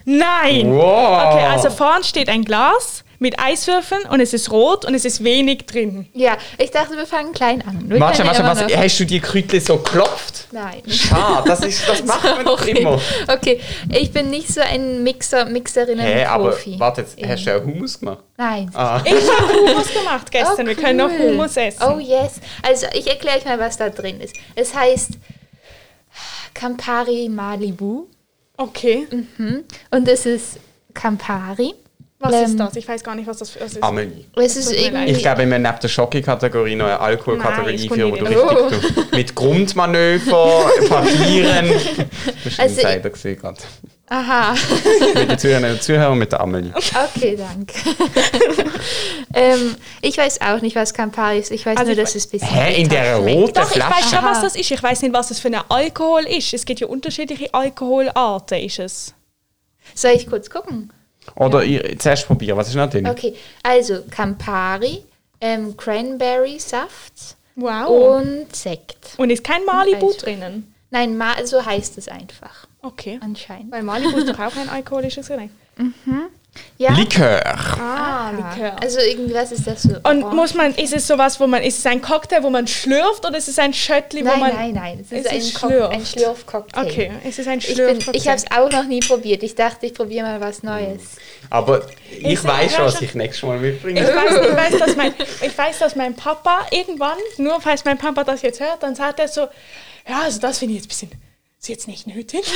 Nein.
Wow!
Okay, also vorn steht ein Glas mit Eiswürfeln und es ist rot und es ist wenig drin.
Ja, ich dachte, wir fangen klein an. Wir
Marcia,
können
Marcia,
immer
was,
noch-
hast du die Krütli so geklopft?
Nein.
Schade, das, ist,
[laughs]
das macht man doch
Sorry.
immer.
Okay, ich bin nicht so ein Mixer, Mixerinnen
Hä, aber
Profi.
warte, jetzt,
Ja.
hast du ja Hummus gemacht?
Nein.
Ah.
Ich habe Hummus gemacht
Oh,
gestern. Wir können noch
cool.
Hummus essen.
Oh yes. Also ich erkläre euch mal, was da drin ist. Es heißt Campari Malibu
Okay.
und es ist Campari.
Was
Ähm,
ist das? Ich weiß gar nicht, was das für was [laughs] ist.
Amelie.
Es ist
tut mir leid.
irgendwie
ah, Ich glaube, wir haben neben der Schocke-Kategorie noch eine
Nein,
Alkoholkategorie
das kommt
einführen, wo du
nicht
in-
richtig du, mit Grundmanöver, Papieren. Das
Also
war also
ich-
ein gesehen gerade.
aha.
[laughs] Mit den Zuhörern und Zuhörern und mit der Amelie.
Okay, danke. ähm, ich weiß auch nicht, was Campari ist. Ich weiß
Also
nur,
ich
dass
we-
es ein bisschen
Hä, in
bitter
der
schmeckt.
roten
Doch, ich weiß
Flasche?
schon, was das ist. Ich weiß nicht, was es für eine Alkohol ist. Es gibt ja unterschiedliche Alkoholarten, ist es.
Soll ich kurz gucken?
Oder ihr, zuerst probieren, was ist noch drin?
Okay, also Campari, ähm, Cranberry-Saft
Wow. Und,
und Sekt.
Oh. ist kein Malibu
Eiswürfel.
drinnen.
Nein, Ma so heißt es einfach,
Okay.
anscheinend.
Weil Malibu ist doch auch ein alkoholisches Getränk.
Ja,
Likör.
Ah,
Likör. Also irgendwie, was ist das so? Oh.
Und
Orange?
muss man, ist es sowas, wo man, ist es ein Cocktail, wo man schlürft oder ist es ein Schöttli, wo
nein,
man...
nein, nein. Es ist,
Es ist
ein, Cock-
Schlürf.
ein Schlürfcocktail.
Okay, es ist ein
Ich, bin,
Schlürf.
ich habe es auch noch nie probiert. Ich dachte, ich probiere mal was Neues.
Aber ich
Ist-
weiß schon, was
ja,
ich nächstes Mal mitbringe.
Ich weiß, ich, weiß, dass mein, ich weiß, dass mein Papa irgendwann, nur falls mein Papa das jetzt hört, dann sagt er so, ja, also das finde ich jetzt ein bisschen, ist jetzt nicht nötig. [laughs]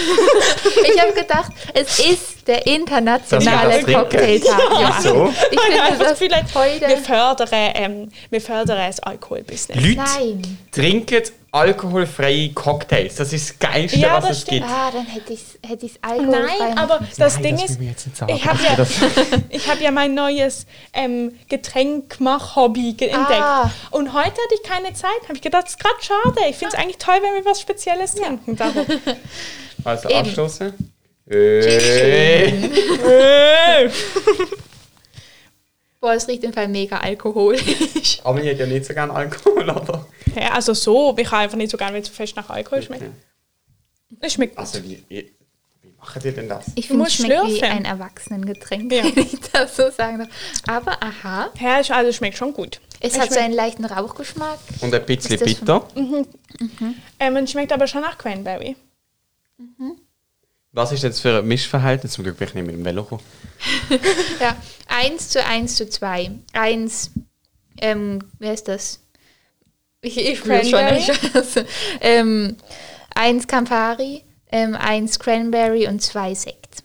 Ich habe gedacht, es ist der internationale
Dass wir das trinken.
Cocktailtag. Ja.
Wieso?
Ich
Nein,
finde
einfach
das
also vielleicht, wir
heute...
fördern, ähm, wir fördern das Alkoholbusiness.
Leute,
Nein.
trinket alkoholfreie Cocktails. Das ist das Geilste,
Ja,
was
das
es
stimmt.
gibt.
Ah, dann hätte ich es hätte ich's alkoholfrei
Nein,
machen
aber das
Nein,
Ding
das
ist,
will ich jetzt nicht sagen.
ich habe
Ach,
ja,
das-
[laughs] ich hab ja mein neues ähm, Getränkmach-Hobby ge- entdeckt.
Ah.
Und heute hatte ich keine Zeit. Habe ich gedacht, ist gerade schade. Ich finde es eigentlich toll, wenn wir was Spezielles trinken. Darum.
Also
Eben.
anstoßen. Äh,
Äh,
Boah, es riecht im Fall mega alkoholisch.
Amelie hat ja nicht so gerne Alkohol, aber...
ja, also so, ich kann einfach nicht so gerne, wenn es fest nach Alkohol schmeckt. Es schmeckt
Also wie, wie wie machen die denn das?
Ich
Du
finde, es
musst
schmeckt wie
schlürfen.
ein Erwachsenengetränk,
Ja.
wenn ich das so sagen darf. Aber aha,
Ja, es- also es schmeckt schon gut.
es hat so
schmeckt,
einen leichten Rauchgeschmack.
Und ein bisschen
Ist das
bitter.
ähm, es schmeckt aber schon nach Cranberry.
Was ist jetzt für ein Mischverhältnis? Zum Glück bin ich nicht mit dem Velo gekommen.
Ja, 1 zu 1 zu 2. 1, ähm, wer ist das? Ich, ich will schon
Cranberry?
nicht. ähm, 1 Campari, ähm, 1 Cranberry und 2 Sekt.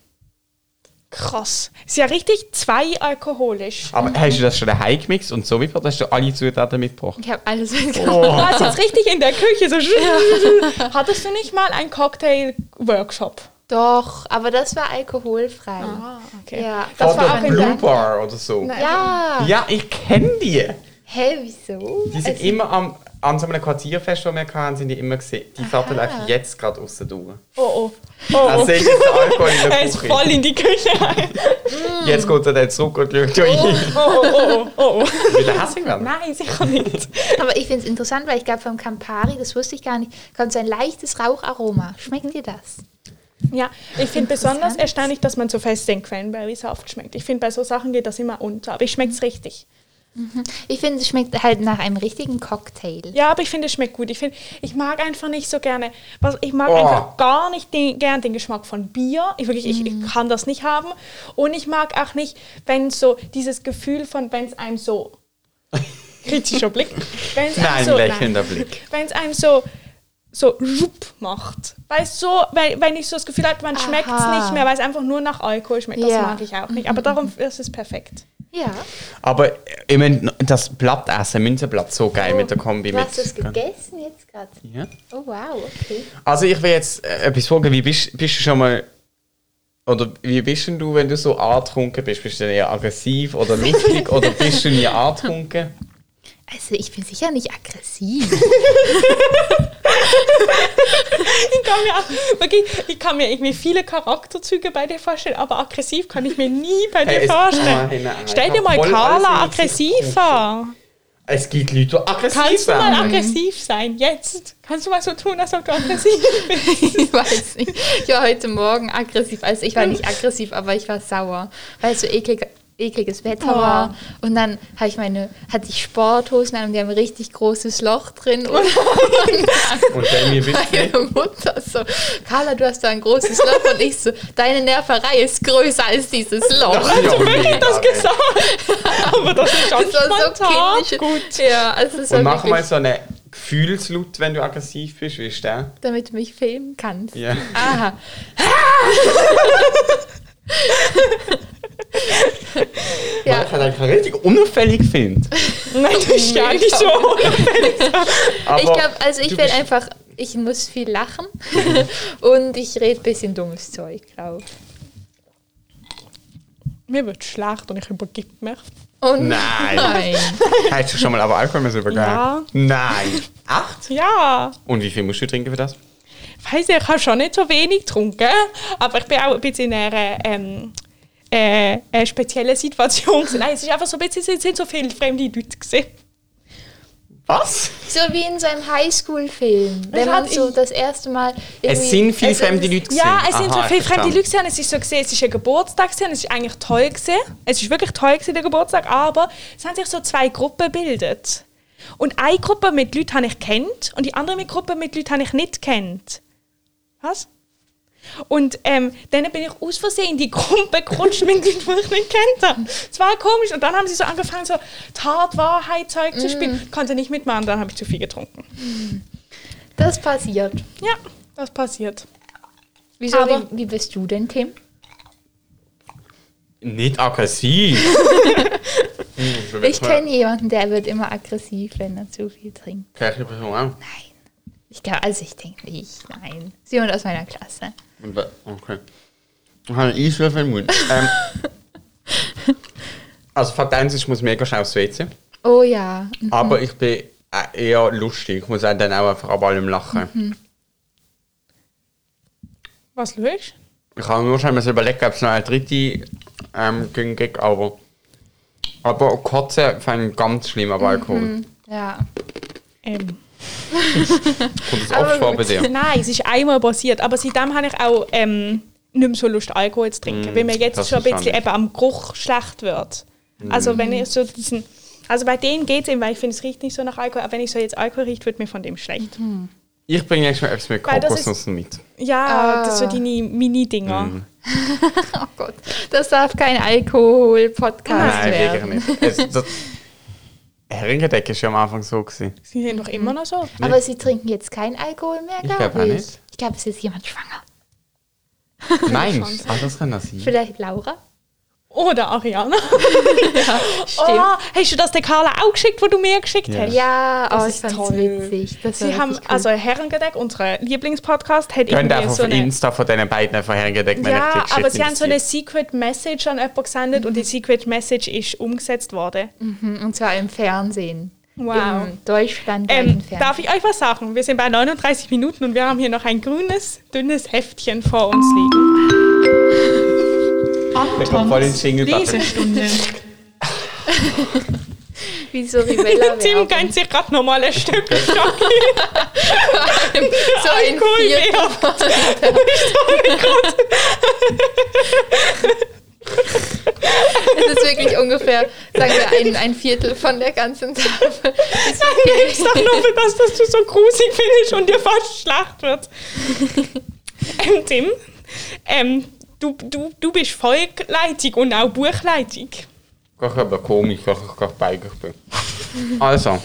Krass. Ist ja richtig zwei alkoholisch.
Aber hast du das schon daheim gemixt und so wie viel? Hast du alle
[laughs]
Zutaten mitgebracht?
Ich habe alles mitgenommen.
Du
Oh.
warst jetzt richtig in der Küche. So [laughs] Hattest du nicht mal einen Cocktail-Workshop?
Doch, aber das war alkoholfrei.
Ah, okay.
Ja.
Das
Oder
war auch in
Oh, Blue
der
Bar oder so.
Nein.
Ja,
Ja, ich kenne die.
hä, wieso?
Die sind
Also-
immer am, an so einem Quartierfest, das wir hatten, sind die immer gesehen. Die Vater läuft jetzt gerade raus durch.
Oh, oh. oh,
Da
oh.
sehe Also ich jetzt den Alkohol in
Er
der
ist
Küche.
voll in die Küche rein.
Jetzt geht er dann zurück und schaut rein.
Oh, oh, oh, oh, oh.
Will er hässlich werden?
Nein, sicher nicht.
Aber ich finde es interessant, weil ich glaube, vom Campari, das wusste ich gar nicht, kommt so ein leichtes Raucharoma. Schmeckt dir das?
Ja, ich finde besonders erstaunlich, dass man so fest den Cranberry-Saft schmeckt. Ich finde, bei so Sachen geht das immer unter. Aber ich schmecke es richtig.
Ich finde, es schmeckt halt nach einem richtigen Cocktail.
Ja, aber ich finde, es schmeckt gut. Ich, find, ich mag einfach nicht so gerne, was, ich mag
Oh.
einfach gar nicht den, gern den Geschmack von Bier. Ich, wirklich, ich,
Mhm.
ich kann das nicht haben.
[laughs]
Und ich mag auch nicht, wenn so dieses Gefühl von, wenn es einem so Kritischer Blick. Wenn's einem
Nein,
so-
lächelnder Blick.
Wenn es einem so so rup macht. Weißt du, so, weil, wenn ich so das Gefühl habe, man schmeckt es
Aha.
nicht mehr, weil es einfach nur nach Alkohol schmeckt.
Ja. Mhm.
Das mag ich auch nicht. Aber darum ist es perfekt.
Ja.
Aber ich meine, das Blattessen, Münzenblatt, so geil mit der Kombi.
Oh,
Du hast
mit,
es gegessen jetzt gerade.
Ja.
Oh wow, okay.
Also ich will jetzt äh, etwas fragen, wie bist, bist du schon mal... Oder wie bist denn du, wenn du so angetrunken bist? Bist du denn eher aggressiv oder
[laughs]
mittig oder bist du nie angetrunken?
Also ich bin sicher nicht aggressiv. [laughs]
Ich kann mir auch, [laughs] wirklich, ich kann mir irgendwie viele Charakterzüge bei dir vorstellen, aber aggressiv kann ich mir nie bei dir
Hey, es-
vorstellen.
Nein, nein,
Stell
ich
dir
hab
mal
voll
Carla
alles in sich
aggressiv vor.
Es gibt Leute, die aggressiv
Kannst du
sind.
mal aggressiv sein? Jetzt. Kannst du mal so tun, als ob du
[laughs]
aggressiv bist?
ich weiß nicht. Ich war heute Morgen aggressiv. Also ich war nicht aggressiv, aber ich war sauer, weil es so eklig, ekliges Wetter
Oh.
war. Und dann habe ich meine, hatte ich Sporthosen an und die haben ein richtig großes Loch drin. Und
Und dann
[laughs]
mir witzig.
meine Mutter so, Carla, du hast da ein großes Loch. Und ich so, deine Nerverei ist größer als dieses Loch.
Wer
Ja, mega,
hat das
ey.
gesagt? [laughs] Aber das ist schon
Das war so
spontan.
kindisch. Ja, also es war
Und mach mal
wirklich,
so einen Gefühlslaut, wenn du aggressiv bist. Wie ist der?
damit du mich filmen kannst.
Ja.
Aha. [laughs] ja,
Ich habe eigentlich richtig unauffällig finde.
Nein, das ist ja nicht so.
[laughs] ich glaube, also ich bin einfach, ich muss viel lachen [laughs] und ich rede ein bisschen dummes Zeug, glaube ich.
Mir wird schlecht und ich übergebe mich.
Und
[laughs] Nein.
nein.
Hast du schon mal aber Alkohol müssen übergeben?
Ja.
Nein. Acht?
Ja.
Und wie viel musst du trinken für das?
Weiss ich, ich habe schon nicht so wenig getrunken, aber ich bin auch ein bisschen in einer, ähm, äh, äh, speziellen Situation. gewesen. Nein, es ist einfach so ein bisschen, es sind so viele fremde Leute gewesen.
Was?
So wie in so einem Highschool-Film, wenn
hab
man so
ich-
das erste Mal.
Es
irgendwie- also
sind viele
es-
fremde Leute.
Ja,
gewesen.
es sind so viele
Aha,
fremde
verstanden.
Leute gewesen. und Es ist so gesehen, es ist ein Geburtstag gewesen. und Es ist eigentlich toll gewesen. Es ist wirklich toll gewesen, der Geburtstag. Aber es haben sich so zwei Gruppen gebildet. Und eine Gruppe mit Leuten habe ich kennt und die andere Gruppe mit Leuten habe ich nicht kennt. Was? Und ähm, dann bin ich aus Versehen in die Gruppe gerutscht mit Leuten, die ich nicht kennt habe. Es war komisch. Und dann haben sie so angefangen, so Tat-Wahrheit-Zeug
Mm.
zu spielen. Konnte nicht mitmachen, dann habe ich zu viel getrunken.
Das passiert.
Ja, das passiert.
Wieso,
Aber-
wie, wie bist du denn, Tim? [laughs]
Nicht aggressiv. Hm,
Ich kenne jemanden, der wird immer aggressiv, wenn er zu viel trinkt.
Kenn ich übrigens auch.
Nein. Ich glaube, also ich denke nicht, nein. Ist jemand aus meiner Klasse.
Und wa- Okay. Ich habe einen Eiswürfel im Mund. Ähm,
[laughs]
also, Fakt 1 ist, ich muss mega schnell aufs WC.
Oh ja.
Aber ich bin äh, eher lustig. Ich muss auch dann auch einfach ab allem
Mhm.
lachen.
Was löst?
Ich habe mir schon mal so überlegt, ob es noch eine dritte ähm, gegen Gag, aber. Aber Kotze fängt ganz schlimm an Alkohol.
Mhm.
Ja.
Ähm.
Kommt das oft vor bei dir?
Nein, es ist einmal passiert. Aber seitdem habe ich auch ähm, nicht mehr so Lust, Alkohol zu trinken, weil mir jetzt
Mm, das Mm.
schon ein
verstand
bisschen
ich.
eben am Geruch schlecht wird. Also wenn ich so diesen... Also bei dem geht es eben, weil ich finde, es riecht nicht so nach Alkohol. Aber wenn ich so jetzt Alkohol riecht, wird mir von dem schlecht.
Mhm. Ich bringe nächstes Mal etwas mit
Weil das
Kokosnüssen mit.
Ja,
Ah.
das sind so deine Mini-Dinger.
Mm.
Oh Gott. Das darf kein Alkohol-Podcast
Nein,
werden.
wirklich nicht.
[laughs]
Es, das, Heringedeck war ja am Anfang so. Gewesen.
Sie sind doch immer noch so.
Aber sie trinken jetzt keinen Alkohol mehr,
Ich
glaube ich.
glaub auch nicht.
Ich glaube, es ist jemand schwanger.
Nein, ah, das kann das sein.
Vielleicht Laura?
Oder
[laughs]
Ariana.
[laughs] Stimmt.
Oh, hast du das der Carla auch geschickt, wo du mir geschickt
Ja.
hast?
Ja,
Das
oh, ich
ist
fand's
toll.
witzig. Das war
Sie haben,
richtig cool.
also Herrengedeck, unser Lieblingspodcast, hat
Könnt
irgendwie
einfach
so
auf
eine...
Insta von diesen beiden von Heringedeck
Ja, aber sie haben so eine Secret Message an jemanden gesendet
Mhm.
und die Secret Message ist umgesetzt worden.
Mhm, Und zwar im Fernsehen.
Wow.
Im deutschlandweiten
Ähm,
Fernsehen.
darf ich euch was sagen? Wir sind bei 39 Minuten und wir haben hier noch ein grünes, dünnes Heftchen vor uns liegen.
Ich hab voll den
Antons
Jingle Button.
Lesestunde.
[laughs]
Wie so [laughs] Rivella
Tim gönnt sich gerade nochmal ein Stück
[laughs]
Schokolade.
So in
Alkohol
vier
[laughs] mehr.
Das ist wirklich ungefähr, sagen wir, ein, ein Viertel von der ganzen [laughs] Tafel. Ist
Ich sag nur für das, dass du so grusig findest und dir fast
[laughs]
schlacht wird. Ähm, Tim, ähm, du, du, du bist Volkleitung und auch Buchleitung.
Ich habe komisch, dass ich gerade beigig bin. [laughs] also,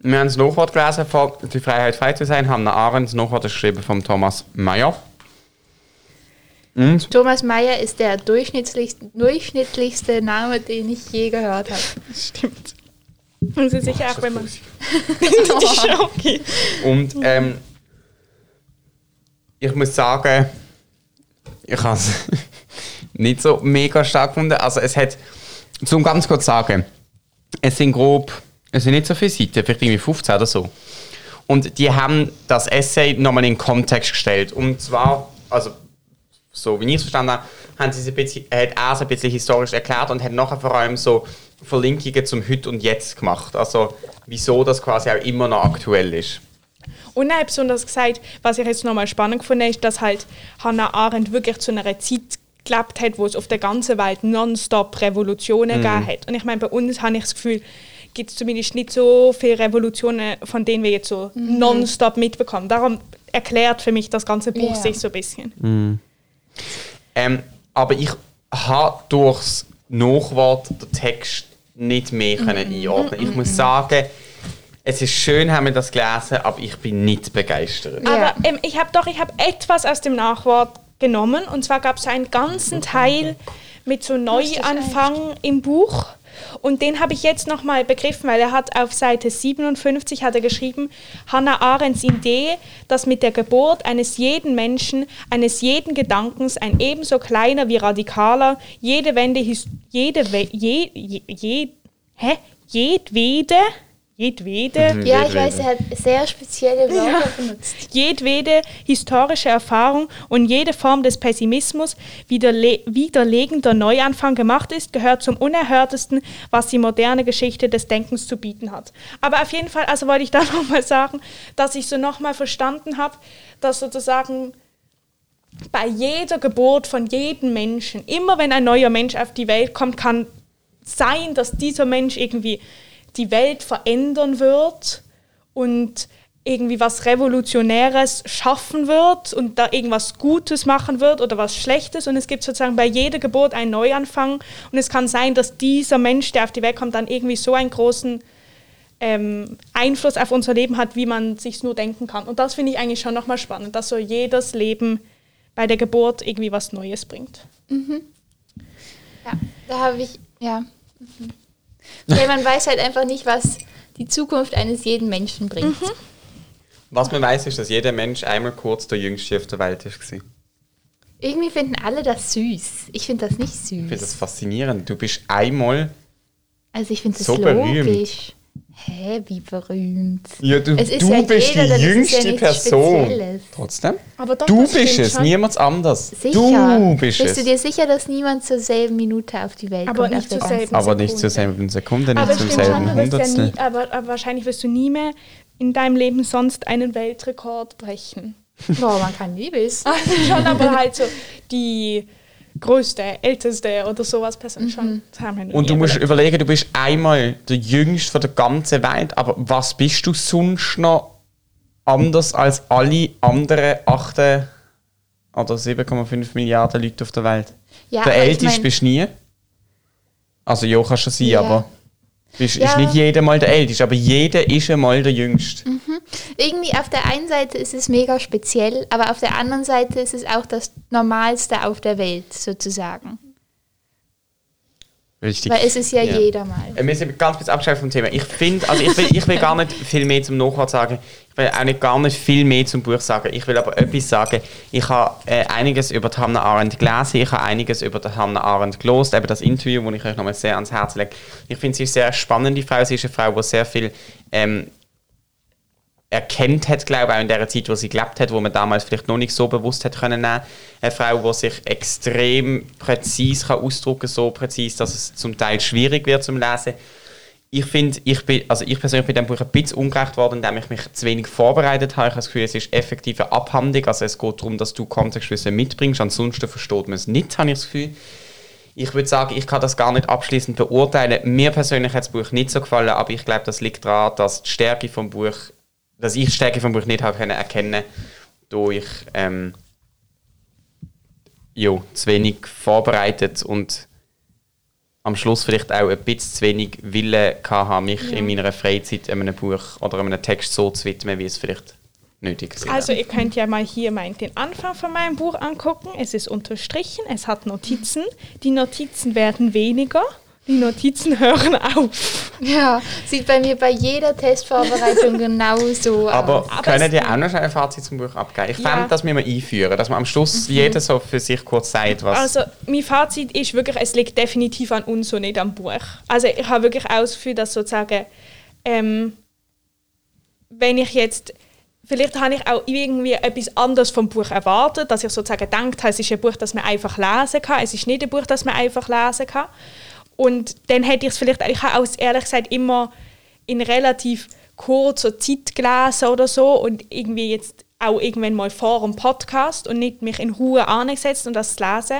wir haben das Nachwort gelesen von «Die Freiheit, frei zu sein», haben Arendt, das Nachwort ist geschrieben von Thomas Mayer. Und
Thomas Mayer ist der durchschnittlichste, durchschnittlichste Name, den ich je gehört habe.
Stimmt. Und sie sicher auch, wenn man [laughs] die
Oh,
Schaukel.
Und ähm, ich muss sagen, ich habe es [laughs] nicht so mega stark gefunden. Also es hat, zum ganz kurz sagen, es sind grob, es sind nicht so viele Seiten, vielleicht irgendwie 15 oder so. Und die haben das Essay nochmal in Kontext gestellt. Und zwar, also so wie ich es verstanden habe, haben sie es ein bisschen, hat er es ein bisschen historisch erklärt und hat nachher vor allem so Verlinkungen zum Heute und Jetzt gemacht. Also wieso das quasi auch immer noch aktuell ist.
Und er hat besonders gesagt, was ich jetzt nochmal spannend fand, ist, dass halt Hannah Arendt wirklich zu einer Zeit gelebt hat, wo es auf der ganzen Welt nonstop Revolutionen gegeben hat. Und ich meine, bei uns habe ich das Gefühl, gibt es zumindest nicht so viele Revolutionen, von denen wir jetzt so nonstop mitbekommen. Darum erklärt für mich das ganze Buch
Ja.
sich so ein bisschen.
Ähm, aber ich habe durchs Nachwort den Text nicht mehr
Mhm.
können einordnen. Ich muss sagen, es ist schön, haben wir das gelesen, aber ich bin nicht begeistert.
Ja.
Aber ähm, ich habe doch, ich habe etwas aus dem Nachwort genommen. Und zwar gab es einen ganzen Teil mit so Neuanfang im Buch. Und den habe ich jetzt nochmal begriffen, weil er hat auf Seite 57 hat er geschrieben, Hannah Arendts Idee, dass mit der Geburt eines jeden Menschen, eines jeden Gedankens ein ebenso kleiner wie radikaler, jede Wende, his- jede, We- je, je, je, hä? jedwede, jedwede,
Ja, ich weiß, er hat sehr spezielle Wörter benutzt.
jedwede historische Erfahrung und jede Form des Pessimismus, wie der le- widerlegender Neuanfang gemacht ist, gehört zum Unerhörtesten, was die moderne Geschichte des Denkens zu bieten hat. Aber auf jeden Fall, also wollte ich da [laughs] nochmal sagen, dass ich so nochmal verstanden habe, dass sozusagen bei jeder Geburt von jedem Menschen, immer wenn ein neuer Mensch auf die Welt kommt, kann sein, dass dieser Mensch irgendwie die Welt verändern wird und irgendwie was Revolutionäres schaffen wird und da irgendwas Gutes machen wird oder was Schlechtes. Und es gibt sozusagen bei jeder Geburt einen Neuanfang. Und es kann sein, dass dieser Mensch, der auf die Welt kommt, dann irgendwie so einen großen ähm, Einfluss auf unser Leben hat, wie man sich nur denken kann. Und das finde ich eigentlich schon nochmal spannend, dass so jedes Leben bei der Geburt irgendwie was Neues bringt.
Ja, da habe ich, ja. Mhm. Okay, man weiß halt einfach nicht, was die Zukunft eines jeden Menschen bringt.
Was man weiß, ist, dass jeder Mensch einmal kurz der Jüngste auf der Welt ist. gewesen.
Irgendwie finden alle das süß. Ich finde das nicht süß.
Ich finde das faszinierend. Du bist einmal.
also ich finde das
so berühmt.
logisch. Hä, wie berühmt.
Ja, du,
Es ist
du
ja
bist
jeder,
die
dann ist es ja
jüngste
nichts
Person.
Spezielles.
Trotzdem?
Aber doch,
du
das
bist
stimmt
es,
schon.
niemand anders.
Sicher.
Du bist
Bist
es.
du dir sicher, dass niemand zur selben Minute auf die Welt
Aber
kommt?
nicht
auf der
zur
ganzen-
selben-
aber nicht zur selben Sekunde,
Aber
nicht
es
zum
stimmt schon,
selben
du wirst ja
Hundertstel.
nie, aber, aber wahrscheinlich wirst du nie mehr in deinem Leben sonst einen Weltrekord brechen.
Boah, man kann nie wissen.
Also [laughs] schon aber halt so die größte, älteste oder sowas Person schon. Das haben wir noch nie
Und du musst
erlebt.
überlegen, du bist einmal der Jüngste von der ganzen Welt, aber was bist du sonst noch anders als alle anderen 8 oder 7,5 Milliarden Leute auf der Welt?
Ja,
der
aber ich
Älteste
mein-
bist du nie. Also ja, kannst du sein,
Ja.
aber bist,
Ja.
ist nicht jeder mal der Älteste, aber jeder ist einmal der Jüngste.
Mhm. Irgendwie auf der einen Seite ist es mega speziell, aber auf der anderen Seite ist es auch das Normalste auf der Welt, sozusagen.
Richtig.
Weil es ist ja,
Ja.
jeder mal.
Äh, Wir sind ganz kurz abgeschweift vom Thema. Ich finde, also ich will, ich will gar nicht viel mehr zum Nachwort sagen. Ich will auch nicht gar nicht viel mehr zum Buch sagen. Ich will aber etwas sagen. Ich habe äh, einiges über die Hannah Arendt gelesen. Ich habe einiges über die Hannah Arendt gelost. Eben das Interview, das ich euch nochmal sehr ans Herz lege. Ich finde, sie ist eine sehr spannende Frau. Sie ist eine Frau, die sehr viel ähm, erkennt hat, glaube ich, auch in der Zeit, wo sie gelebt hat, wo man damals vielleicht noch nicht so bewusst hat können nehmen. Eine Frau, die sich extrem präzise kann ausdrücken so präzise, dass es zum Teil schwierig wird zum Lesen. Ich finde, ich bin, also ich persönlich bin dem Buch ein bisschen ungerecht worden, indem ich mich zu wenig vorbereitet habe. Ich habe das Gefühl, es ist effektiv eine Abhandlung, also es geht darum, dass du Kontextwissen mitbringst, ansonsten versteht man es nicht, habe ich das Gefühl. Ich würde sagen, ich kann das gar nicht abschließend beurteilen. Mir persönlich hat das Buch nicht so gefallen, aber ich glaube, das liegt daran, dass die Stärke vom Buch, dass ich die Stärke vom Buch nicht habe können erkennen, durch ähm, jo, zu wenig vorbereitet und am Schluss vielleicht auch ein bisschen zu wenig Wille hatte, mich in meiner Freizeit einem Buch oder einem Text so zu widmen, wie es vielleicht nötig ist.
Also ihr könnt ja mal hier mal den Anfang von meinem Buch angucken. Es ist unterstrichen, es hat Notizen. Die Notizen werden weniger, die Notizen [laughs] hören auf.
Ja, sieht bei mir bei jeder
[laughs]
Testvorbereitung genauso
Aber
aus.
können die auch noch ein Fazit zum Buch abgeben? Ich
Ja. Mhm.
fände, das müssen wir einführen, dass man am Schluss jeder so für sich kurz sagt, was...
Also mein Fazit ist wirklich, es liegt definitiv an uns und nicht am Buch. Also ich habe wirklich auch das Gefühl, dass sozusagen, ähm, wenn ich jetzt, vielleicht habe ich auch irgendwie etwas anderes vom Buch erwartet, dass ich sozusagen gedacht habe, es ist ein Buch, das man einfach lesen kann. Es ist nicht ein Buch, das man einfach lesen kann. Und dann hätte ich es vielleicht, ich habe auch ehrlich gesagt immer in relativ kurzer Zeit gelesen oder so und irgendwie jetzt auch irgendwann mal vor dem Podcast und nicht mich in Ruhe angesetzt und das zu lesen.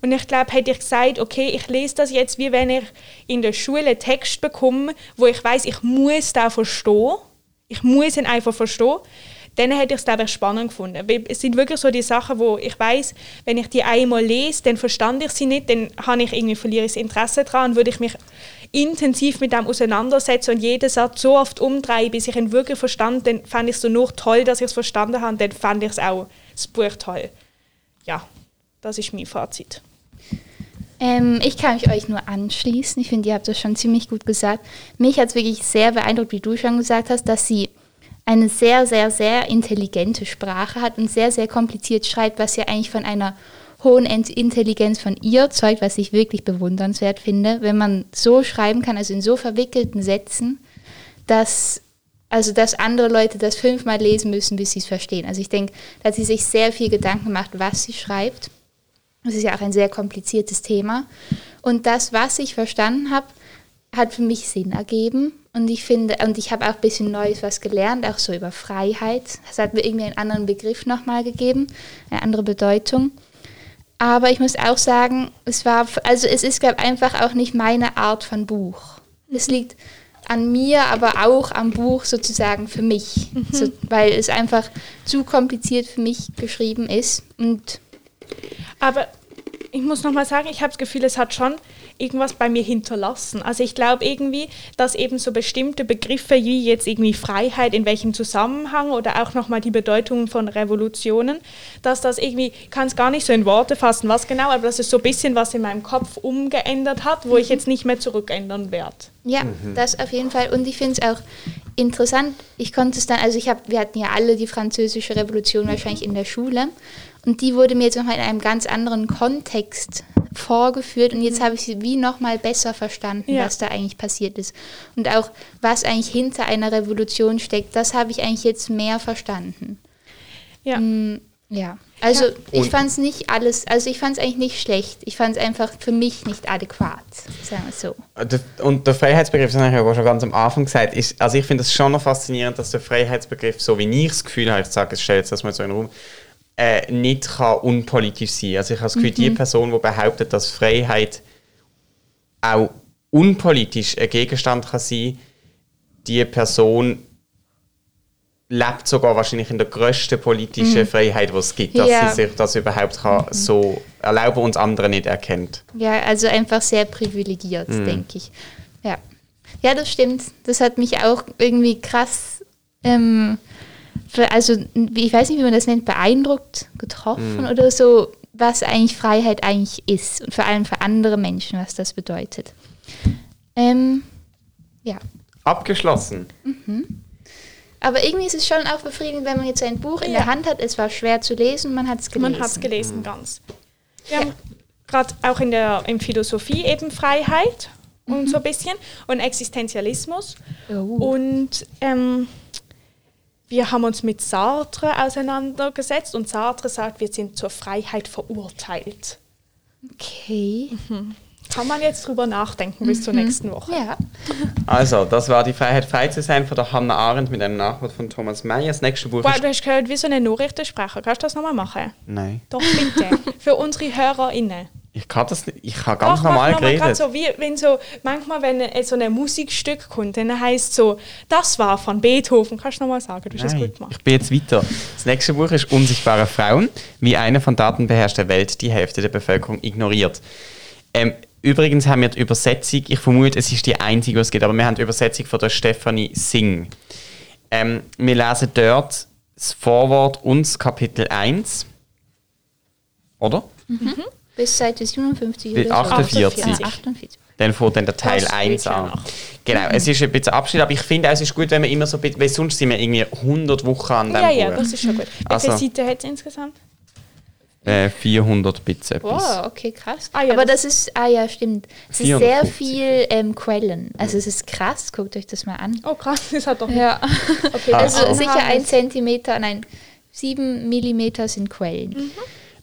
Und ich glaube, hätte ich gesagt, okay, ich lese das jetzt, wie wenn ich in der Schule einen Text bekomme, wo ich weiß, ich muss da verstehen, ich muss ihn einfach verstehen, dann hätte ich es glaube ich spannend gefunden. Weil es sind wirklich so die Sachen, wo ich weiß, wenn ich die einmal lese, dann verstand ich sie nicht, dann habe ich irgendwie verliere ich das Interesse daran, würde ich mich intensiv mit dem auseinandersetzen und jeden Satz so oft umdrehen, bis ich ihn wirklich verstand, dann fand ich es so noch toll, dass ich es verstanden habe, und dann fand ich es auch das Buch toll. Ja, das ist mein Fazit.
Ähm, ich kann mich euch nur anschließen. Ich finde, ihr habt das schon ziemlich gut gesagt. Mich hat es wirklich sehr beeindruckt, wie du schon gesagt hast, dass sie eine sehr, sehr, sehr intelligente Sprache hat und sehr, sehr kompliziert schreibt, was ja eigentlich von einer hohen Ent- Intelligenz von ihr zeugt, was ich wirklich bewundernswert finde, wenn man so schreiben kann, also in so verwickelten Sätzen, dass also dass andere Leute das fünfmal lesen müssen, bis sie es verstehen. Also ich denke, dass sie sich sehr viel Gedanken macht, was sie schreibt. Das ist ja auch ein sehr kompliziertes Thema. Und das, was ich verstanden habe, hat für mich Sinn ergeben. Und ich finde, und ich habe auch ein bisschen Neues was gelernt, auch so über Freiheit. Das hat mir irgendwie einen anderen Begriff nochmal gegeben, eine andere Bedeutung. Aber ich muss auch sagen, es war, also es ist, glaube einfach auch nicht meine Art von Buch. Es liegt an mir, aber auch am Buch sozusagen für mich. So, weil es einfach zu kompliziert für mich geschrieben ist. Und
Aber ich muss nochmal sagen, ich habe das Gefühl, es hat schon irgendwas bei mir hinterlassen. Also ich glaube irgendwie, dass eben so bestimmte Begriffe wie jetzt irgendwie Freiheit, in welchem Zusammenhang oder auch nochmal die Bedeutung von Revolutionen, dass das irgendwie, ich kann es gar nicht so in Worte fassen, was genau, aber dass es so ein bisschen was in meinem Kopf umgeändert hat, wo ich jetzt nicht mehr zurückändern werde.
Ja, das auf jeden Fall. Und ich finde es auch interessant. Ich konnte es dann, also ich habe, wir hatten ja alle die französische Revolution wahrscheinlich in der Schule. Und die wurde mir jetzt nochmal in einem ganz anderen Kontext vorgeführt. Und jetzt habe ich sie wie nochmal besser verstanden,
Ja.
was da eigentlich passiert ist. Und auch, was eigentlich hinter einer Revolution steckt, das habe ich eigentlich jetzt mehr verstanden.
Ja.
Ja. Also ich
Und-
fand es nicht alles, also ich fand es eigentlich nicht schlecht. Ich fand es einfach für mich nicht adäquat, sagen wir es so.
Äh, Der- Und der Freiheitsbegriff, das habe ich ja auch schon ganz am Anfang gesagt, ist, also ich finde es schon noch faszinierend, dass der Freiheitsbegriff, so wie ich das Gefühl habe, ich sage es stelle jetzt das mal so in den Raum, äh, nicht kann unpolitisch sein. Also ich habe das Gefühl, die Person, die behauptet, dass Freiheit auch unpolitisch ein Gegenstand kann sein, die Person lebt sogar wahrscheinlich in der grössten politischen Freiheit, die es gibt, dass
Ja.
sie sich das überhaupt kann, so erlauben und andere nicht erkennt.
Ja, also einfach sehr privilegiert, denke ich. Ja. ja, das stimmt. Das hat mich auch irgendwie krass, ähm, be- also wie- ich weiß nicht, wie man das nennt, beeindruckt, getroffen oder so, was eigentlich Freiheit eigentlich ist und vor allem für andere Menschen, was das bedeutet. Ähm, ja.
Abgeschlossen.
Aber irgendwie ist es schon auch befriedigend, wenn man jetzt ein Buch in
Ja.
der Hand hat. Es war schwer zu lesen, man hat es gelesen.
Man hat es gelesen ganz. Wir haben gerade auch in der in Philosophie eben Freiheit und so ein bisschen und Existenzialismus.
Oh.
Und ähm, wir haben uns mit Sartre auseinandergesetzt und Sartre sagt, wir sind zur Freiheit verurteilt.
Okay.
Kann man jetzt drüber nachdenken bis
Mhm.
zur nächsten Woche.
Ja.
Also, das war die Freiheit, frei zu sein von der Hannah Arendt mit einem Nachwort von Thomas Meyer. Das nächste Buch
Wow,
ist...
du hast gehört, wie so eine Nachrichtensprecher. Kannst du das nochmal machen?
Nein.
Doch,
[laughs]
bitte. Für unsere HörerInnen.
Ich kann das nicht. Ich habe ganz
Doch,
normal
manchmal grad
geredet.
So, wie, wenn so, manchmal, wenn äh, so ein Musikstück kommt, dann heißt so, das war von Beethoven. Kannst du nochmal sagen, du hast es
Nein,
gut gemacht.
ich bin jetzt weiter. Das nächste Buch ist Unsichtbare Frauen, wie eine von Daten beherrschte Welt die Hälfte der Bevölkerung ignoriert. Ähm, Übrigens haben wir die Übersetzung, ich vermute, es ist die einzige, die es gibt, aber wir haben die Übersetzung von der Stefanie Singh. Ähm, wir lesen dort das Vorwort und das Kapitel 1. Oder?
Bis Seite 57
Bis
oder so.
48.
48.
Dann fängt dann der Teil
Das
1
spielt ja
an. Genau, es ist ein bisschen Abschied, aber ich finde auch, es ist gut, wenn wir immer so ein bisschen, weil sonst sind wir irgendwie 100 Wochen an dem
Ja, ja,
Buch.
das ist schon gut. Wie
Also-
viele Seiten hat es insgesamt?
äh, 400 Bits etwas.
Wow, okay, krass.
Ah ja,
Aber
das-
das ist, ah ja, stimmt. Es ist sehr
450.
viel ähm, Quellen. Also es ist krass, guckt euch das mal an.
Oh krass, das hat doch...
Ja,
Okay,
also
ist
sicher
unheimlich.
ein Zentimeter, nein, sieben Millimeter sind
Mhm.
Quellen.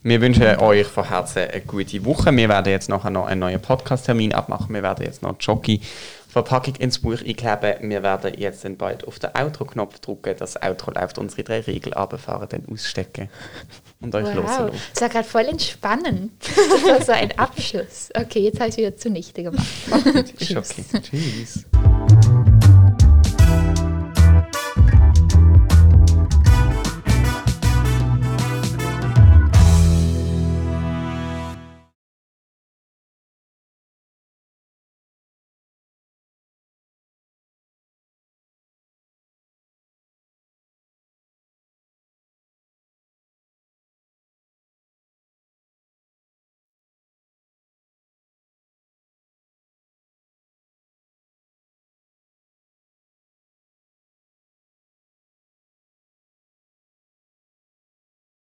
Wir wünschen euch von Herzen eine gute Woche. Wir werden jetzt nachher noch einen neuen Podcast-Termin abmachen. Wir werden jetzt noch die Jockey-Verpackung ins Buch einkleben. Wir werden jetzt dann bald auf den Outro-Knopf drücken. Das Outro läuft unsere drei Regel runterfahren, dann ausstecken und euch
Wow,
[laughs]
loslassen.
das war gerade voll entspannend. [laughs] Das war so ein Abschluss. Okay, jetzt habe ich es wieder zunichte gemacht.
Ist okay. Tschüss.